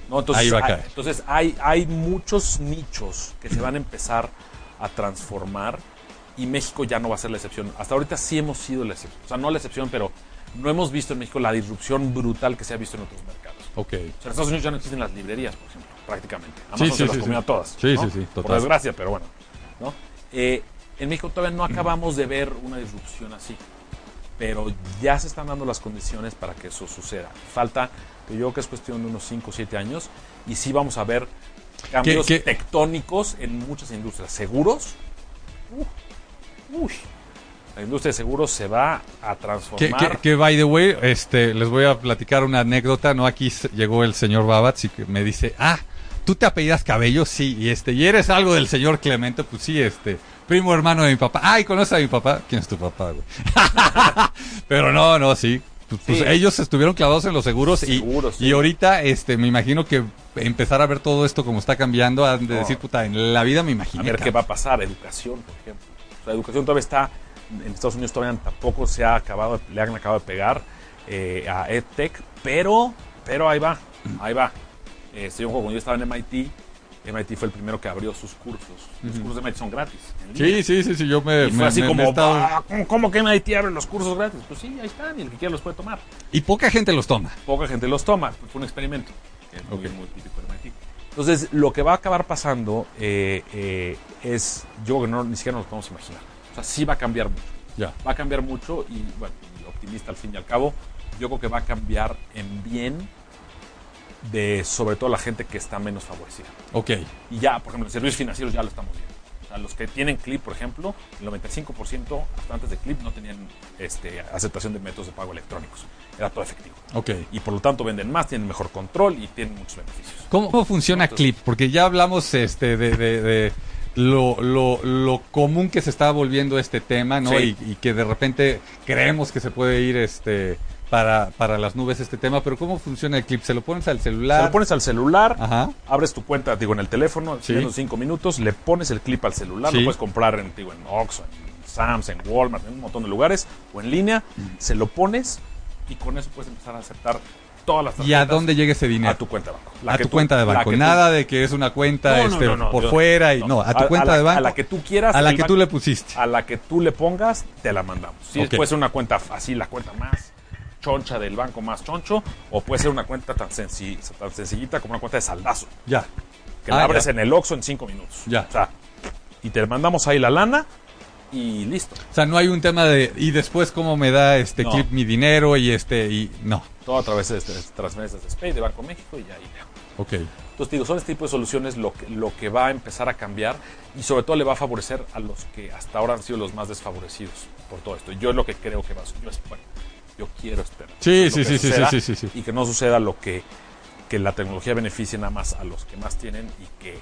Speaker 2: ¿no? Entonces,
Speaker 3: Ahí va a
Speaker 2: hay,
Speaker 3: caer.
Speaker 2: entonces hay, hay muchos nichos que se van a empezar a transformar y México ya no va a ser la excepción. Hasta ahorita sí hemos sido la excepción. O sea, no la excepción, pero no hemos visto en México la disrupción brutal que se ha visto en otros mercados. O
Speaker 3: Ok.
Speaker 2: sea, en Estados Unidos ya no existen las librerías, por ejemplo, prácticamente.
Speaker 3: Sí,
Speaker 2: Amazon
Speaker 3: sí,
Speaker 2: se las
Speaker 3: sí,
Speaker 2: comió
Speaker 3: sí.
Speaker 2: a todas.
Speaker 3: Sí,
Speaker 2: ¿no?
Speaker 3: sí, sí,
Speaker 2: Por
Speaker 3: total.
Speaker 2: desgracia, pero bueno. ¿no? Eh, en México todavía no acabamos de ver una disrupción así. Pero ya se están dando las condiciones para que eso suceda. Falta, yo creo que es cuestión de unos 5 o 7 años. Y sí vamos a ver cambios
Speaker 3: qué?
Speaker 2: tectónicos en muchas industrias. Seguros. Uf, uy. La industria de seguros se va a
Speaker 3: Que,
Speaker 2: transformar.
Speaker 3: que- que, by the way, este, les voy a platicar una anécdota, ¿no? Aquí s- llegó el señor Babatz y que me dice, ah, ¿tú te apellidas Cabello? Sí, y este, ¿y eres algo del señor Clemente? Pues sí, este, primo hermano de mi papá. Ay, ¿conoces a mi papá? ¿Quién es tu papá, güey? Pero no, no, sí. Pues, pues,
Speaker 2: Sí.
Speaker 3: ellos estuvieron clavados en los seguros, y,
Speaker 2: Seguros, sí.
Speaker 3: y ahorita, este, me imagino que empezar a ver todo esto como está cambiando, han de
Speaker 2: No.
Speaker 3: decir, puta, en la vida me imagino.
Speaker 2: Ah. a ver qué va a pasar. Educación, por ejemplo. La educación todavía está, en Estados Unidos todavía tampoco se ha acabado, le han acabado de pegar eh, a EdTech, pero, pero ahí va, ahí va. Este, yo me acuerdo cuando yo estaba en MIT, MIT fue el primero que abrió sus cursos. Los cursos de MIT son gratis. en línea.
Speaker 3: Sí, sí, sí, sí, yo me...
Speaker 2: Y fue
Speaker 3: me-
Speaker 2: así
Speaker 3: me- me
Speaker 2: como,
Speaker 3: he estado-
Speaker 2: "Ah, ¿cómo- ¿cómo que MIT abre los cursos gratis? Pues sí, ahí están, y el que quiera los puede tomar.
Speaker 3: Y poca gente los toma.
Speaker 2: poca gente los toma. Fue un experimento. que es muy-
Speaker 3: Ok.
Speaker 2: muy típico de MIT. Entonces, lo que va a acabar pasando eh, eh, es, yo creo que no, ni siquiera nos lo podemos imaginar. O sea, sí va a cambiar mucho.
Speaker 3: Ya.
Speaker 2: Va a cambiar mucho y, bueno, y optimista al fin y al cabo. Yo creo que va a cambiar en bien de, sobre todo, la gente que está menos favorecida.
Speaker 3: Ok.
Speaker 2: Y ya, por ejemplo, en servicios financieros ya lo estamos viendo. O sea, los que tienen CLIP, por ejemplo, el 95% hasta antes de CLIP no tenían este, aceptación de métodos de pago electrónicos. Era todo efectivo
Speaker 3: Ok.
Speaker 2: y por lo tanto venden más, tienen mejor control y tienen muchos beneficios.
Speaker 3: ¿Cómo, cómo funciona Clip? Porque ya hablamos este, de, de- de lo, lo- lo común que se está volviendo este tema, ¿no?
Speaker 2: Sí.
Speaker 3: Y, y que de repente creemos que se puede ir este, para, para las nubes este tema, pero ¿cómo funciona el Clip? ¿Se lo pones al celular?
Speaker 2: Se lo pones al celular,
Speaker 3: Ajá.
Speaker 2: abres tu cuenta, digo, en el teléfono,
Speaker 3: Sí.
Speaker 2: en cinco minutos, le pones el clip al celular,
Speaker 3: Sí.
Speaker 2: lo puedes comprar en, digo, en Oxxo, en Sam's, en Walmart, en un montón de lugares, o en línea,
Speaker 3: Mm.
Speaker 2: se lo pones y con eso puedes empezar a aceptar todas las
Speaker 3: ¿Y a
Speaker 2: tarjetas
Speaker 3: dónde llega ese dinero?
Speaker 2: a tu cuenta de banco. La
Speaker 3: A
Speaker 2: que
Speaker 3: tu
Speaker 2: tú-
Speaker 3: cuenta de
Speaker 2: la
Speaker 3: banco.
Speaker 2: que tú-
Speaker 3: Nada de que es una
Speaker 2: No,
Speaker 3: cuenta
Speaker 2: no,
Speaker 3: este,
Speaker 2: no, no,
Speaker 3: por
Speaker 2: yo-
Speaker 3: fuera y no. A tu
Speaker 2: la-
Speaker 3: cuenta
Speaker 2: la-
Speaker 3: de banco.
Speaker 2: A la que tú quieras.
Speaker 3: a la
Speaker 2: el Ah.
Speaker 3: que tú
Speaker 2: banco-
Speaker 3: le pusiste.
Speaker 2: a la que tú le pongas, te la mandamos. Sí,
Speaker 3: Ok.
Speaker 2: puede ser una cuenta así, la cuenta más choncha del banco más choncho, o puede ser una cuenta tan, senci- tan sencillita como una cuenta de saldazo,
Speaker 3: Ya.
Speaker 2: que la
Speaker 3: Ah,
Speaker 2: abres
Speaker 3: ya.
Speaker 2: en el Oxxo en cinco minutos.
Speaker 3: Ya.
Speaker 2: O sea, y te mandamos ahí la lana y listo.
Speaker 3: O sea, no hay un tema de. Y después, ¿cómo me da este
Speaker 2: No.
Speaker 3: Clip mi dinero y este. y No.
Speaker 2: Todo a través de estas transferencias de Spain, de Banco México y ya. Y ya.
Speaker 3: Ok.
Speaker 2: Entonces, digo, son este tipo de soluciones lo que, lo que va a empezar a cambiar y sobre todo le va a favorecer a los que hasta ahora han sido los más desfavorecidos por todo esto. Yo es lo que creo que va a su- yo espero. Yo quiero esperar.
Speaker 3: Sí,
Speaker 2: Lo
Speaker 3: sí,
Speaker 2: que
Speaker 3: sí, sí,
Speaker 2: suceda
Speaker 3: sí, sí, sí, sí.
Speaker 2: Y que no suceda lo que, que la tecnología beneficie nada más a los que más tienen y que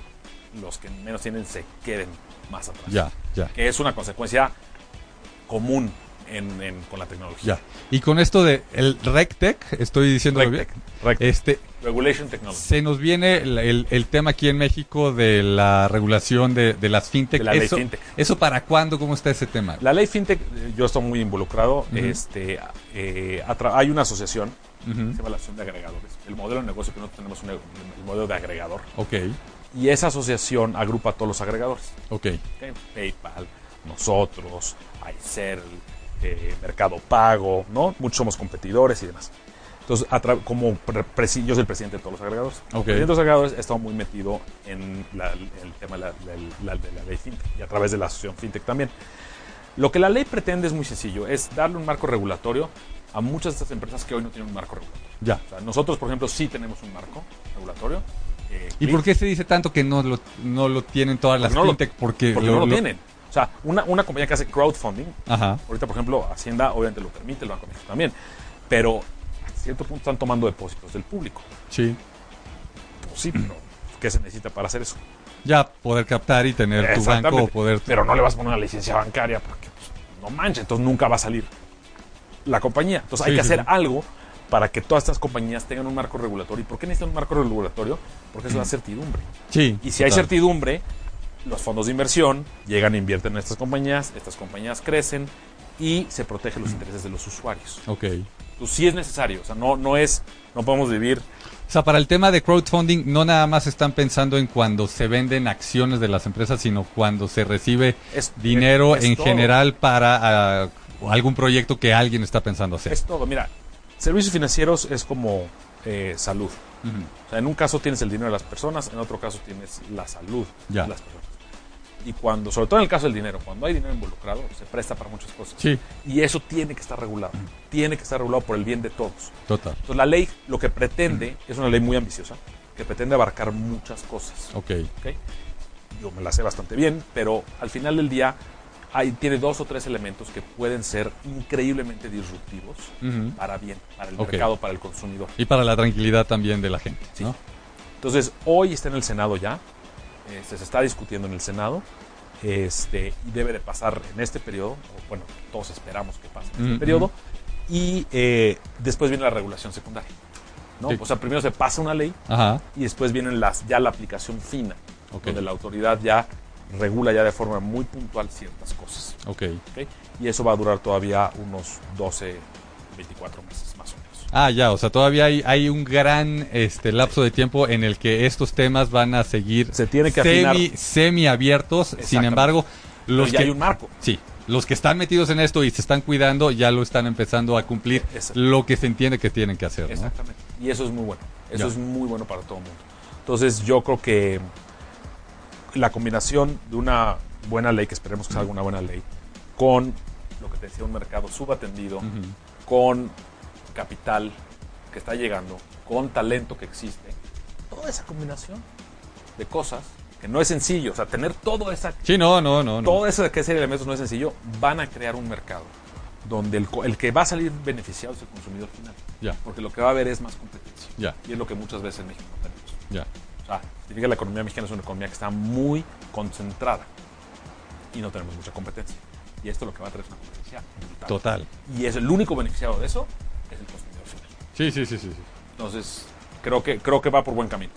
Speaker 2: los que menos tienen se queden más atrás.
Speaker 3: Ya, ya.
Speaker 2: Que es una consecuencia común en- en- con la tecnología.
Speaker 3: Ya. Y con esto de el RecTech, estoy diciendo bien.
Speaker 2: Rectec, rectec.
Speaker 3: Este,
Speaker 2: Regulation Technology.
Speaker 3: se nos viene el, el- el tema aquí en México de la regulación de, de las fintech.
Speaker 2: De la ley
Speaker 3: eso,
Speaker 2: fintech.
Speaker 3: ¿Eso para cuándo? ¿Cómo está ese tema?
Speaker 2: La ley fintech, eh, yo estoy muy involucrado.
Speaker 3: Ujú.
Speaker 2: este, eh, a tra- hay una asociación,
Speaker 3: Ujú.
Speaker 2: se llama la Asociación de Agregadores. El modelo de negocio que nosotros tenemos es un ag- el modelo de agregador.
Speaker 3: Ok,
Speaker 2: Y esa asociación agrupa a todos los agregadores.
Speaker 3: ok.
Speaker 2: ¿ok? PayPal, nosotros, Aicel, eh, Mercado Pago, ¿no? Muchos somos competidores y demás. Entonces, a tra- como pre- presi- yo soy el presidente de todos los agregadores.
Speaker 3: Ok.
Speaker 2: El presidente de los agregadores he estado muy metido en la- el tema de la, la- la- de la ley fintech y a través de la asociación fintech también. Lo que la ley pretende es muy sencillo, es darle un marco regulatorio a muchas de estas empresas que hoy no tienen un marco regulatorio.
Speaker 3: Ya.
Speaker 2: O sea, nosotros, por ejemplo, sí tenemos un marco regulatorio. eh,
Speaker 3: ¿Y
Speaker 2: Click,
Speaker 3: por qué se dice tanto que no lo, no lo tienen todas las
Speaker 2: Porque no lo-
Speaker 3: fintech? porque
Speaker 2: Porque no lo tienen. O sea, una, una compañía que hace crowdfunding,
Speaker 3: Ajá.
Speaker 2: Ahorita, por ejemplo, Hacienda obviamente lo permite, el Banco de México también. Pero a cierto punto están tomando depósitos del público.
Speaker 3: Sí.
Speaker 2: Pues sí, pero ¿qué se necesita para hacer eso?
Speaker 3: Ya poder captar y tener tu banco o
Speaker 2: Exactamente.
Speaker 3: poder.
Speaker 2: Pero no le vas a poner una licencia bancaria porque pues, no manches, entonces nunca va a salir la compañía. Entonces hay
Speaker 3: Sí,
Speaker 2: que
Speaker 3: sí,
Speaker 2: hacer
Speaker 3: sí.
Speaker 2: algo para que todas estas compañías tengan un marco regulatorio. ¿Y por qué necesitan un marco regulatorio? Porque
Speaker 3: Mm.
Speaker 2: es una certidumbre.
Speaker 3: Sí.
Speaker 2: Y si hay
Speaker 3: total.
Speaker 2: certidumbre, los fondos de inversión llegan e invierten en estas compañías, estas compañías crecen y se protegen los intereses de los usuarios.
Speaker 3: Ok.
Speaker 2: pues sí es necesario. O sea, no, no es, no podemos vivir.
Speaker 3: O sea, para el tema de crowdfunding, no nada más están pensando en cuando se venden acciones de las empresas, sino cuando se recibe
Speaker 2: Es-
Speaker 3: dinero
Speaker 2: es- es
Speaker 3: en
Speaker 2: todo.
Speaker 3: general para ah, algún proyecto que alguien está pensando hacer.
Speaker 2: Es todo. Mira, servicios financieros es como eh, salud.
Speaker 3: Ujú.
Speaker 2: O sea, en un caso tienes el dinero de las personas, en otro caso tienes la salud
Speaker 3: Ya.
Speaker 2: de las personas. Y cuando, sobre todo en el caso del dinero, cuando hay dinero involucrado, se presta para muchas cosas.
Speaker 3: Sí,
Speaker 2: Y eso tiene que estar regulado. Tiene que estar regulado por el bien de todos.
Speaker 3: total.
Speaker 2: Entonces, la ley lo que pretende, es una ley muy ambiciosa, que pretende abarcar muchas cosas.
Speaker 3: Ok.
Speaker 2: ¿ok? Yo me la sé bastante bien, pero al final del día hay, tiene dos o tres elementos que pueden ser increíblemente disruptivos
Speaker 3: Ujú.
Speaker 2: para bien, para el
Speaker 3: Ok.
Speaker 2: mercado, para el consumidor.
Speaker 3: Y para la tranquilidad también de la gente,
Speaker 2: Sí.
Speaker 3: ¿no?
Speaker 2: Entonces, hoy está en el Senado ya, este, se está discutiendo en el Senado, este, y debe de pasar en este periodo, o bueno, todos esperamos que pase en este
Speaker 3: Mm,
Speaker 2: periodo, y eh, después viene la regulación secundaria. ¿no?
Speaker 3: Sí.
Speaker 2: O sea, primero se pasa una ley
Speaker 3: Ajá.
Speaker 2: y después viene las, ya la aplicación fina,
Speaker 3: Ok.
Speaker 2: donde la autoridad ya regula ya de forma muy puntual ciertas cosas.
Speaker 3: Ok.
Speaker 2: ¿ok? Y eso va a durar todavía unos 12, 24 meses más o menos.
Speaker 3: Ah, ya, o sea, todavía hay, hay un gran este lapso de tiempo en el que estos temas van a seguir
Speaker 2: Se tiene que
Speaker 3: semi,
Speaker 2: afinar.
Speaker 3: semiabiertos. Sin
Speaker 2: Exactamente.
Speaker 3: embargo, los
Speaker 2: Pero ya
Speaker 3: que
Speaker 2: hay un marco.
Speaker 3: Sí, los que están metidos en esto y se están cuidando ya lo están empezando a cumplir
Speaker 2: E-, Exacto.
Speaker 3: lo que se entiende que tienen que hacer, ¿no?
Speaker 2: Exactamente. Y eso es muy bueno. Eso
Speaker 3: Ya.
Speaker 2: es muy bueno para todo el mundo. Entonces yo creo que la combinación de una buena ley, que esperemos que salga una buena ley, con lo que te decía, un mercado subatendido,
Speaker 3: Ujú.
Speaker 2: con capital que está llegando, con talento que existe, toda esa combinación de cosas que no es sencillo, o sea, tener todo esa,
Speaker 3: Sí, no, no, no, no.
Speaker 2: todo esa que serie de elementos no es sencillo, van a crear un mercado donde el, co- el que va a salir beneficiado es el consumidor final,
Speaker 3: Ya,
Speaker 2: porque lo que va a haber es más competencia.
Speaker 3: ya,
Speaker 2: Y es lo que muchas veces en México no tenemos.
Speaker 3: ya.
Speaker 2: O sea, significa que la economía mexicana es una economía que está muy concentrada y no tenemos mucha competencia. Y esto lo que va a traer es una competencia brutal.
Speaker 3: Total.
Speaker 2: Y es el único beneficiado de eso es el consumidor final.
Speaker 3: Sí, sí, sí, sí. sí.
Speaker 2: Entonces, creo que, creo que va por buen camino.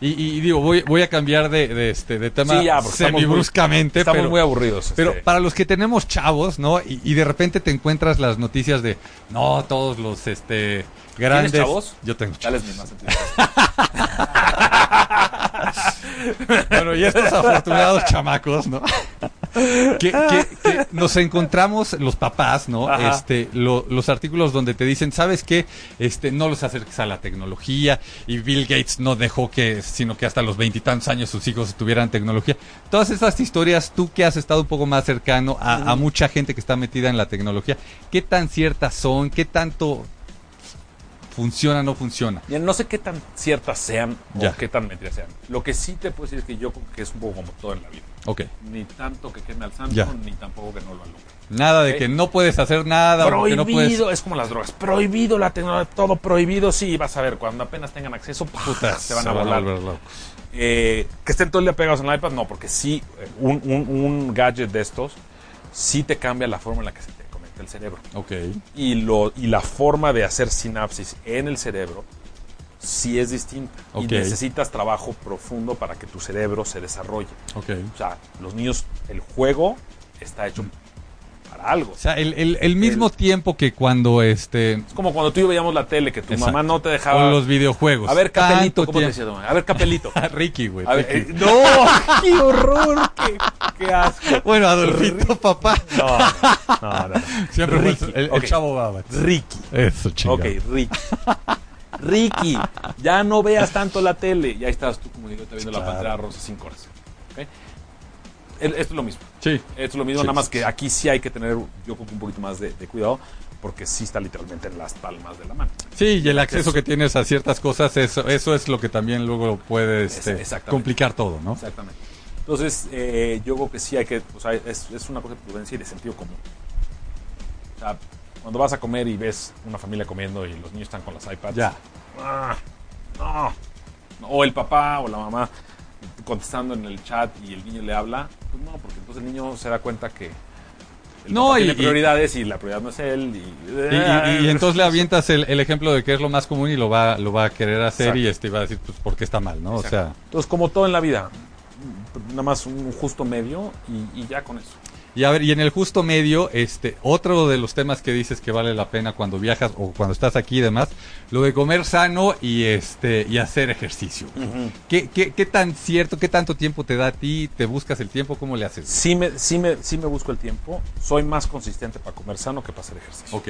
Speaker 3: Y, y- y digo, voy, voy a cambiar de, de este, de tema
Speaker 2: Sí, ya, porque estamos muy-
Speaker 3: semibruscamente,
Speaker 2: Estamos
Speaker 3: pero...
Speaker 2: muy aburridos.
Speaker 3: Pero
Speaker 2: este.
Speaker 3: para los que tenemos chavos, ¿no? Y, y de repente te encuentras las noticias de, no, todos los, este, grandes...
Speaker 2: chavos?
Speaker 3: Yo tengo chavos.
Speaker 2: Dales mi más sentido.
Speaker 3: Bueno, y estos afortunados chamacos, ¿no? que, que- que nos encontramos los papás, ¿no?
Speaker 2: Ajá.
Speaker 3: Este, lo- los artículos donde te dicen, ¿sabes qué? Este, no los acerques a la tecnología y Bill Gates no dejó que, sino que hasta los veintitantos años sus hijos tuvieran tecnología. Todas estas historias, tú que has estado un poco más cercano a, a mucha gente que está metida en la tecnología, ¿qué tan ciertas son? ¿Qué tanto funciona, no funciona?
Speaker 2: Mira, no sé qué tan ciertas sean
Speaker 3: Ya.
Speaker 2: o qué tan mentiras sean. Lo que sí te puedo decir es que yo creo que es un poco como todo en la vida.
Speaker 3: Ok.
Speaker 2: Ni tanto que queme al santo,
Speaker 3: Ya.
Speaker 2: ni tampoco que no lo alumbre.
Speaker 3: Nada de
Speaker 2: Ok.
Speaker 3: que no puedes hacer nada, o que no puedes...
Speaker 2: Prohibido, es como las drogas. Prohibido la tecnología, todo prohibido. Sí, vas a ver, cuando apenas tengan acceso, puta, se van a volar. Eh, que estén todo el día pegados en el iPad, no, porque sí, eh, un, un- un gadget de estos sí te cambia la forma en la que se te conecta el cerebro.
Speaker 3: Ok,
Speaker 2: Y, lo, y la forma de hacer sinapsis en el cerebro sí es distinta.
Speaker 3: Ok.
Speaker 2: Y necesitas trabajo profundo para que tu cerebro se desarrolle.
Speaker 3: ok.
Speaker 2: O sea, los niños, el juego está
Speaker 3: Mm.
Speaker 2: hecho para algo.
Speaker 3: O sea, el, el- el mismo
Speaker 2: El-
Speaker 3: tiempo que cuando este.
Speaker 2: Es como cuando tú y yo veíamos la tele, que tu
Speaker 3: Exacto.
Speaker 2: mamá no te dejaba...
Speaker 3: O los videojuegos.
Speaker 2: A ver, Capelito,
Speaker 3: Tanto
Speaker 2: ¿cómo te
Speaker 3: tiempo-
Speaker 2: decía tu mamá? A ver, Capelito.
Speaker 3: Ah, Ricky, güey.
Speaker 2: A ver,
Speaker 3: Ricky.
Speaker 2: eh, ¡No! ¡Qué horror! ¡Qué, qué asco!
Speaker 3: Bueno, Adolfito, papá.
Speaker 2: No, no, no.
Speaker 3: Siempre fue
Speaker 2: Ricky,
Speaker 3: el, el
Speaker 2: ok.
Speaker 3: chavo baba.
Speaker 2: Ricky.
Speaker 3: Eso, chingado.
Speaker 2: Ok, Ricky. Ricky, ya no veas tanto la tele. Ya estás tú, como digo, viendo la
Speaker 3: Claro.
Speaker 2: pantalla rosa cinco horas. ¿Ok? El- Esto es lo mismo.
Speaker 3: Sí.
Speaker 2: Esto es lo mismo,
Speaker 3: Sí,
Speaker 2: nada más
Speaker 3: sí,
Speaker 2: que
Speaker 3: sí.
Speaker 2: aquí sí hay que tener, yo creo que un poquito más de, de cuidado, porque sí está literalmente en las palmas de la mano.
Speaker 3: Sí, y el acceso
Speaker 2: Acceso.
Speaker 3: que tienes a ciertas cosas, eso, eso es lo que también luego puede este,
Speaker 2: exactamente.
Speaker 3: complicar todo, ¿no?
Speaker 2: Exactamente. Entonces, eh, yo creo que sí hay que, o sea, es, es una cosa de prudencia y de sentido común. O sea, cuando vas a comer y ves una familia comiendo y los niños están con las iPads.
Speaker 3: Ya.
Speaker 2: ¡ah! no. No, O el papá o la mamá contestando en el chat y el niño le habla. Pues no, porque entonces el niño se da cuenta que el
Speaker 3: No,
Speaker 2: papá
Speaker 3: y-
Speaker 2: tiene
Speaker 3: y-
Speaker 2: prioridades y la prioridad no es él. Y,
Speaker 3: Y,
Speaker 2: Eh,
Speaker 3: y- y entonces le avientas el, el ejemplo de que es lo más común y lo va, lo va a querer hacer y este va a decir, pues, ¿por qué está mal, no?
Speaker 2: Exacto.
Speaker 3: O sea.
Speaker 2: Entonces, como todo en la vida, nada más un justo medio y- y ya con eso.
Speaker 3: Y a ver, y en el justo medio, este, otro de los temas que dices que vale la pena cuando viajas o cuando estás aquí y demás, lo de comer sano y este, y hacer ejercicio. ¿Qué, qué, qué tan cierto, qué tanto tiempo te da a ti? ¿Te buscas el tiempo? ¿Cómo le haces?
Speaker 2: Sí me, sí, me, sí me busco el tiempo. Soy más consistente para comer sano que para hacer ejercicio.
Speaker 3: Ok,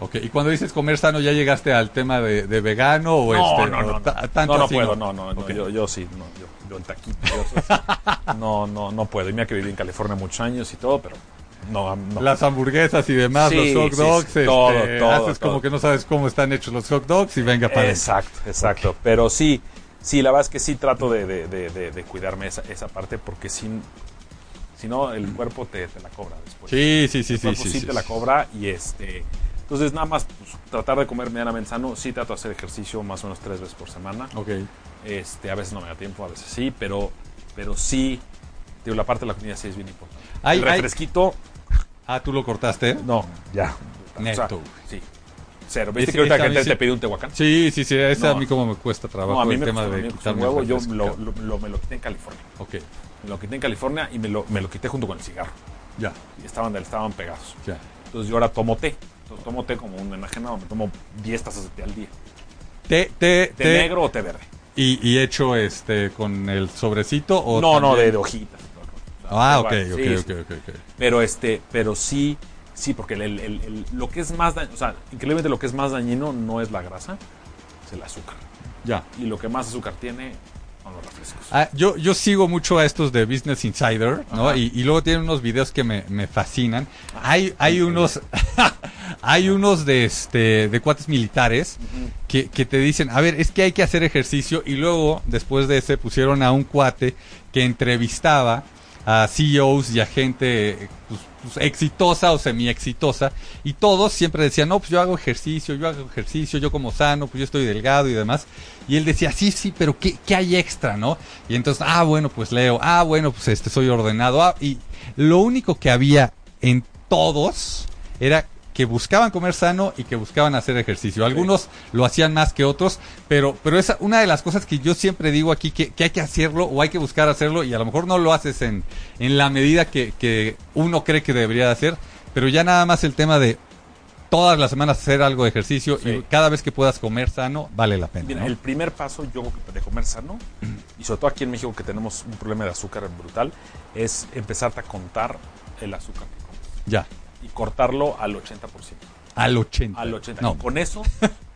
Speaker 3: Ok, y cuando dices comer sano, ¿ya llegaste al tema de, de vegano o
Speaker 2: No,
Speaker 3: este,
Speaker 2: no,
Speaker 3: o
Speaker 2: no, no.
Speaker 3: ta- tanto
Speaker 2: no, no
Speaker 3: así,
Speaker 2: puedo, no, no, no,
Speaker 3: Ok.
Speaker 2: yo, yo sí, no, yo, yo el taquito, yo soy así. no, no, no puedo. Y mira que viví en California muchos años y todo, pero no, no.
Speaker 3: Las hamburguesas y demás,
Speaker 2: Sí,
Speaker 3: los hot
Speaker 2: sí, sí,
Speaker 3: dogs, este,
Speaker 2: todo, todo,
Speaker 3: haces
Speaker 2: todo.
Speaker 3: como que no sabes cómo están hechos los hot dogs y venga para adentro.
Speaker 2: Exacto, exacto. Pero sí, sí, la verdad es que sí trato de, de- de- de- de cuidarme esa, esa parte porque sin, si no, el cuerpo te, te la cobra pues. después.
Speaker 3: Sí, sí, sí,
Speaker 2: El
Speaker 3: sí,
Speaker 2: cuerpo
Speaker 3: sí, sí,
Speaker 2: te la
Speaker 3: sí.
Speaker 2: cobra y este... Entonces, nada más pues, tratar de comer medianamente sano. Sí trato de hacer ejercicio más o menos tres veces por semana.
Speaker 3: Ok.
Speaker 2: Este, a veces no me da tiempo, a veces sí, pero, pero sí, digo, la parte de la comida sí es bien importante.
Speaker 3: Ay,
Speaker 2: el
Speaker 3: ay.
Speaker 2: refresquito,
Speaker 3: Ah, tú lo cortaste.
Speaker 2: no, ya. O sea,
Speaker 3: Neto, güey.
Speaker 2: sí. Cero. ¿Viste
Speaker 3: Ese-
Speaker 2: que ahorita la
Speaker 3: ese a
Speaker 2: gente
Speaker 3: mí sí-
Speaker 2: te pidió un tehuacán?
Speaker 3: Sí, sí, sí, ese
Speaker 2: No.
Speaker 3: a mí como me cuesta pues, trabajo
Speaker 2: No, a mí
Speaker 3: el
Speaker 2: me
Speaker 3: tema
Speaker 2: costó, a mí
Speaker 3: de
Speaker 2: me costó un
Speaker 3: quitarme el
Speaker 2: huevo, yo
Speaker 3: refresco.
Speaker 2: lo, lo- lo- me lo quité en California.
Speaker 3: Ok,
Speaker 2: Me lo quité en California y me lo, me lo quité junto con el cigarro.
Speaker 3: ya,
Speaker 2: Y estaban, estaban pegados.
Speaker 3: ya.
Speaker 2: Entonces yo ahora tomo té. Entonces tomo té como un enajenado. Me tomo 10 tazas de té al día.
Speaker 3: Té, té,
Speaker 2: ¿Té,
Speaker 3: té.
Speaker 2: negro o té verde?
Speaker 3: Y, y hecho este con el sobrecito o
Speaker 2: no, no, de,
Speaker 3: también-
Speaker 2: de hojitas. O sea,
Speaker 3: Ah, ok,
Speaker 2: igual.
Speaker 3: ok,
Speaker 2: Sí,
Speaker 3: ok,
Speaker 2: sí.
Speaker 3: ok, ok.
Speaker 2: Pero este, pero sí, sí, porque el- el- el- el- lo que es más dañino, o sea, increíblemente lo que es más dañino no es la grasa, es el azúcar.
Speaker 3: Ya.
Speaker 2: Y lo que más azúcar tiene son los refrescos.
Speaker 3: Ah, yo, yo sigo mucho a estos de Business Insider, ¿no?
Speaker 2: Ajá.
Speaker 3: Y, y luego tienen unos videos que me, me fascinan. Hay, hay unos, hay unos de este, de cuates militares que, que te dicen, a ver, es que hay que hacer ejercicio. Y luego, después de ese, pusieron a un cuate que entrevistaba a CEOs y a gente eh, pues, pues, exitosa o semi exitosa y todos siempre decían no pues yo hago ejercicio yo hago ejercicio yo como sano pues yo estoy delgado y demás y él decía sí sí pero qué, qué hay extra no y entonces ah bueno pues leo ah bueno pues este soy ordenado ah, y lo único que había en todos era que buscaban comer sano y que buscaban hacer ejercicio. Algunos lo hacían más que otros, pero, pero es una de las cosas que yo siempre digo aquí, que, que hay que hacerlo o hay que buscar hacerlo y a lo mejor no lo haces en, en la medida que, que uno cree que debería de hacer, pero ya nada más el tema de todas las semanas hacer algo de ejercicio y
Speaker 2: Sí.
Speaker 3: cada vez que puedas comer sano vale la pena.
Speaker 2: Mira,
Speaker 3: ¿no?
Speaker 2: el primer paso yo creo que de comer sano, y sobre todo aquí en México que tenemos un problema de azúcar brutal, es empezarte a contar el azúcar que comes
Speaker 3: Ya,
Speaker 2: y cortarlo al 80%.
Speaker 3: al 80.
Speaker 2: Al 80%.
Speaker 3: No,
Speaker 2: Con eso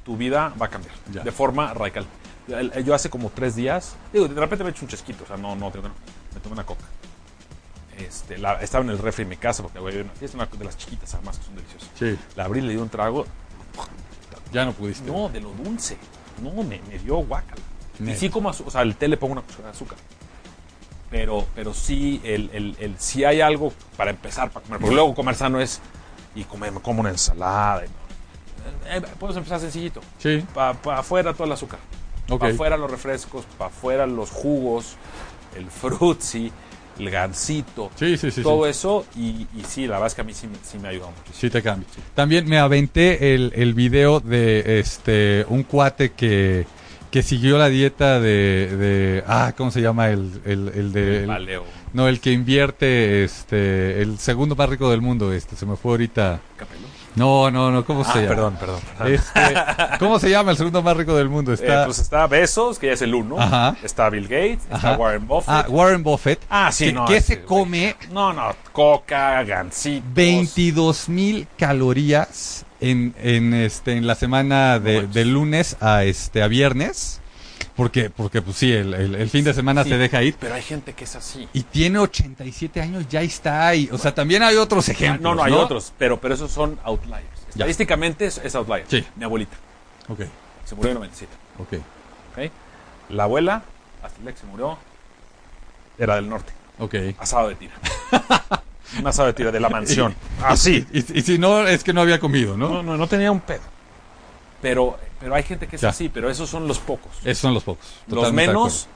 Speaker 2: tu vida va a cambiar
Speaker 3: Ya.
Speaker 2: de forma radical. El- el- Yo hace como tres días, digo, de repente me echo un chesquito, o sea, no, no, no, me tomé una coca. Este, la- estaba en el refri en mi casa porque güey, había una fiesta, una de las chiquitas además que son deliciosas.
Speaker 3: sí,
Speaker 2: La abrí, le di un trago,
Speaker 3: ya no pudiste.
Speaker 2: no, de lo dulce. No, me, me dio guácala. Y
Speaker 3: Neta.
Speaker 2: sí como azu- o sea, el té le pongo una cucharada de azúcar. Pero, pero sí, el, el, el- si hay algo para empezar, para comer. Porque luego comer sano es, y comer, me como una ensalada. y no. Eh, eh, podemos empezar sencillito.
Speaker 3: Sí,
Speaker 2: Para afuera todo el azúcar.
Speaker 3: ok.
Speaker 2: Para afuera los refrescos, para afuera los jugos, el frutzi, el gansito.
Speaker 3: Sí, sí, sí. sí.
Speaker 2: todo eso. Y, y sí, la verdad es que a mí sí, me- sí me ha ayudado muchísimo.
Speaker 3: Sí te cambia. También me aventé el, el video de este un cuate que, que siguió la dieta de, de- ah cómo se llama el el, el de el-
Speaker 2: Paleo,
Speaker 3: no el que invierte este el segundo más rico del mundo este se me fue ahorita
Speaker 2: capelo.
Speaker 3: no no no cómo
Speaker 2: Ah,
Speaker 3: se llama
Speaker 2: perdón, perdón. perdón.
Speaker 3: Este, cómo se llama el segundo más rico del mundo está
Speaker 2: Eh, pues está Besos, que ya es el uno.
Speaker 3: Ajá.
Speaker 2: Está Bill Gates,
Speaker 3: Ajá.
Speaker 2: está Warren Buffett.
Speaker 3: ah, Warren Buffett
Speaker 2: Ah, sí,
Speaker 3: que,
Speaker 2: no,
Speaker 3: que
Speaker 2: ese
Speaker 3: se
Speaker 2: güey.
Speaker 3: come
Speaker 2: No, no, coca, gancitos.
Speaker 3: 22 mil calorías en, en, este, en la semana de,
Speaker 2: manches.
Speaker 3: de lunes a, este, a viernes. Porque, porque pues sí, el, el- el fin de semana
Speaker 2: Sí,
Speaker 3: se deja ir.
Speaker 2: Pero hay gente que es así.
Speaker 3: Y tiene 87 años, ya está ahí. O sea, también hay otros ejemplos.
Speaker 2: no, no, hay otros, pero, pero esos son outliers.
Speaker 3: Ya.
Speaker 2: Estadísticamente es, es outlier.
Speaker 3: Sí.
Speaker 2: Mi abuelita
Speaker 3: Ok,
Speaker 2: se murió en 97.
Speaker 3: ok.
Speaker 2: ¿ok? La abuela, hasta el ex se murió, era del norte.
Speaker 3: Ok.
Speaker 2: Asado de tira. Un asado de tira de la mansión. Así.
Speaker 3: Y, y si no, es que no había comido, ¿no?
Speaker 2: No, no, no tenía un pedo. Pero, pero hay gente que es
Speaker 3: Ya.
Speaker 2: así, pero esos son los pocos.
Speaker 3: Esos son los pocos.
Speaker 2: los
Speaker 3: Totalmente de
Speaker 2: menos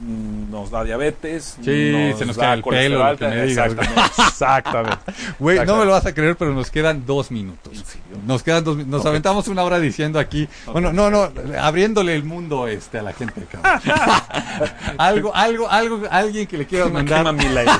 Speaker 2: mm, nos da diabetes.
Speaker 3: Sí, se nos
Speaker 2: da
Speaker 3: cae el
Speaker 2: colesterol
Speaker 3: pelo, lo que
Speaker 2: alto,
Speaker 3: me digas.
Speaker 2: Exactamente. exactamente.
Speaker 3: acuerdo. Güey, no
Speaker 2: Exacto.
Speaker 3: me lo vas a creer, pero nos quedan dos minutos.
Speaker 2: ¿En serio?
Speaker 3: Nos quedan dos mi- Nos aventamos una hora diciendo aquí. Bueno, no, no, abriéndole el mundo este a la gente, cabrón. algo, algo, algo, alguien que le quieras
Speaker 2: Qué
Speaker 3: mandar,
Speaker 2: mamila eres.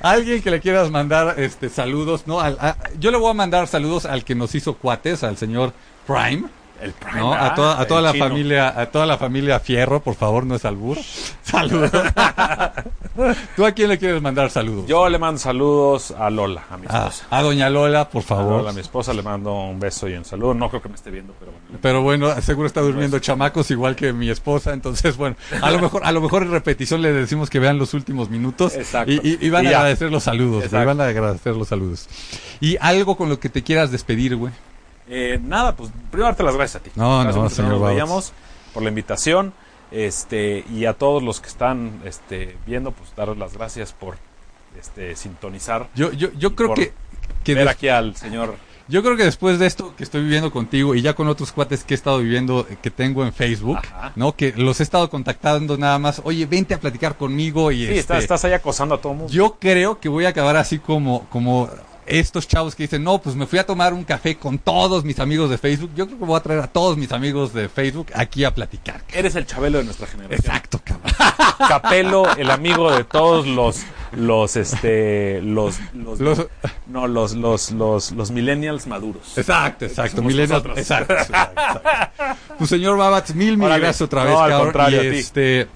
Speaker 3: alguien que le quieras mandar este saludos, no, Al- a- yo le voy a mandar saludos al que nos hizo cuates, al señor Prime.
Speaker 2: El Prime.
Speaker 3: ¿no?
Speaker 2: ah,
Speaker 3: a toda, a toda
Speaker 2: el
Speaker 3: la
Speaker 2: chino.
Speaker 3: familia, a toda la familia Fierro, por favor, no es albur. Saludos. ¿Tú a quién le quieres mandar saludos?
Speaker 2: Yo le mando saludos a Lola, a mi
Speaker 3: Ah,
Speaker 2: esposa.
Speaker 3: a Doña Lola, por
Speaker 2: A
Speaker 3: favor.
Speaker 2: Lola, a Ah, mi esposa, le mando un beso y un saludo. No creo que me esté viendo, pero bueno.
Speaker 3: Pero bueno, seguro está durmiendo
Speaker 2: Pues.
Speaker 3: chamacos igual que mi esposa, entonces bueno, a lo mejor a lo mejor en repetición le decimos que vean los últimos minutos
Speaker 2: Exacto.
Speaker 3: y, y- y van
Speaker 2: Y
Speaker 3: a
Speaker 2: ya.
Speaker 3: agradecer los saludos, güey,
Speaker 2: Exacto.
Speaker 3: van a agradecer los saludos. Y algo con lo que te quieras despedir, güey.
Speaker 2: Eh, nada, pues primero darte las gracias a ti.
Speaker 3: No,
Speaker 2: Gracias
Speaker 3: no,
Speaker 2: mucho que
Speaker 3: señor
Speaker 2: nos
Speaker 3: Bautz.
Speaker 2: veíamos, por la invitación. Este, y a todos los que están este, viendo, pues daros las gracias por este, sintonizar.
Speaker 3: Yo yo yo creo
Speaker 2: Por
Speaker 3: que que
Speaker 2: ver
Speaker 3: des-
Speaker 2: aquí al señor.
Speaker 3: yo creo que después de esto que estoy viviendo contigo y ya con otros cuates que he estado viviendo eh, que tengo en Facebook,
Speaker 2: Ajá.
Speaker 3: ¿no? Que los he estado contactando nada más, "Oye, vente a platicar conmigo" y
Speaker 2: Sí,
Speaker 3: este,
Speaker 2: estás, estás ahí acosando a todo mundo.
Speaker 3: Yo creo que voy a acabar así como, como estos chavos que dicen, no, pues me fui a tomar un café con todos mis amigos de Facebook. Yo creo que voy a traer a todos mis amigos de Facebook aquí a platicar.
Speaker 2: Eres el Chabelo de nuestra generación.
Speaker 3: Exacto, cabrón.
Speaker 2: Capelo, el amigo de todos los los este los los,
Speaker 3: Los-
Speaker 2: no los los los los millennials maduros.
Speaker 3: Exacto, exacto.
Speaker 2: Somos
Speaker 3: millennials.
Speaker 2: nosotros.
Speaker 3: Exacto, exacto, exacto. Pues señor Babatz, mil, mil
Speaker 2: Órale.
Speaker 3: gracias otra vez,
Speaker 2: No, al
Speaker 3: cabrón.
Speaker 2: contrario,
Speaker 3: Y,
Speaker 2: a ti.
Speaker 3: este,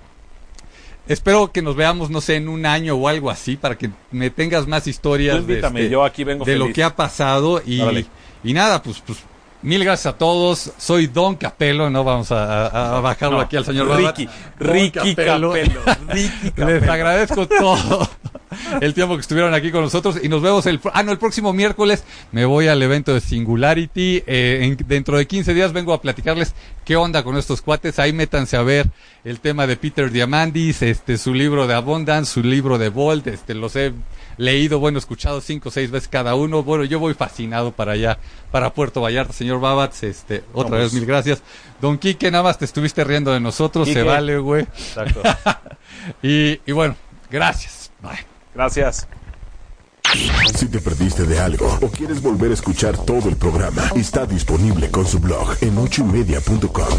Speaker 3: espero que nos veamos, no sé, en un año o algo así, para que me tengas más historias.
Speaker 2: Tú invítame,
Speaker 3: este,
Speaker 2: yo aquí vengo
Speaker 3: de lo
Speaker 2: feliz.
Speaker 3: que ha pasado y,
Speaker 2: Órale.
Speaker 3: y nada, pues, pues mil gracias a todos. Soy Don Capelo, no vamos a, a- a bajarlo
Speaker 2: No,
Speaker 3: aquí al señor Babat.
Speaker 2: Ricky,
Speaker 3: Don
Speaker 2: Ricky Capelo, Ricky
Speaker 3: Les
Speaker 2: Capelo.
Speaker 3: agradezco todo el tiempo que estuvieron aquí con nosotros y nos vemos el pr- ah no el próximo miércoles me voy al evento de Singularity Eh, en- dentro de 15 días vengo a platicarles qué onda con estos cuates ahí métanse a ver el tema de Peter Diamandis este su libro de Abundance su libro de Volt este los he leído bueno escuchado cinco o seis veces cada uno bueno yo voy fascinado para allá para Puerto Vallarta señor Babatz este otra
Speaker 2: Vamos.
Speaker 3: vez mil gracias don Quique nada más te estuviste riendo de nosotros se
Speaker 2: Quique.
Speaker 3: vale güey
Speaker 2: Exacto.
Speaker 3: y, y bueno, gracias. Bye.
Speaker 2: Gracias.
Speaker 1: Si te perdiste de algo o quieres volver a escuchar todo el programa, está disponible con su blog en ochoymedia.com.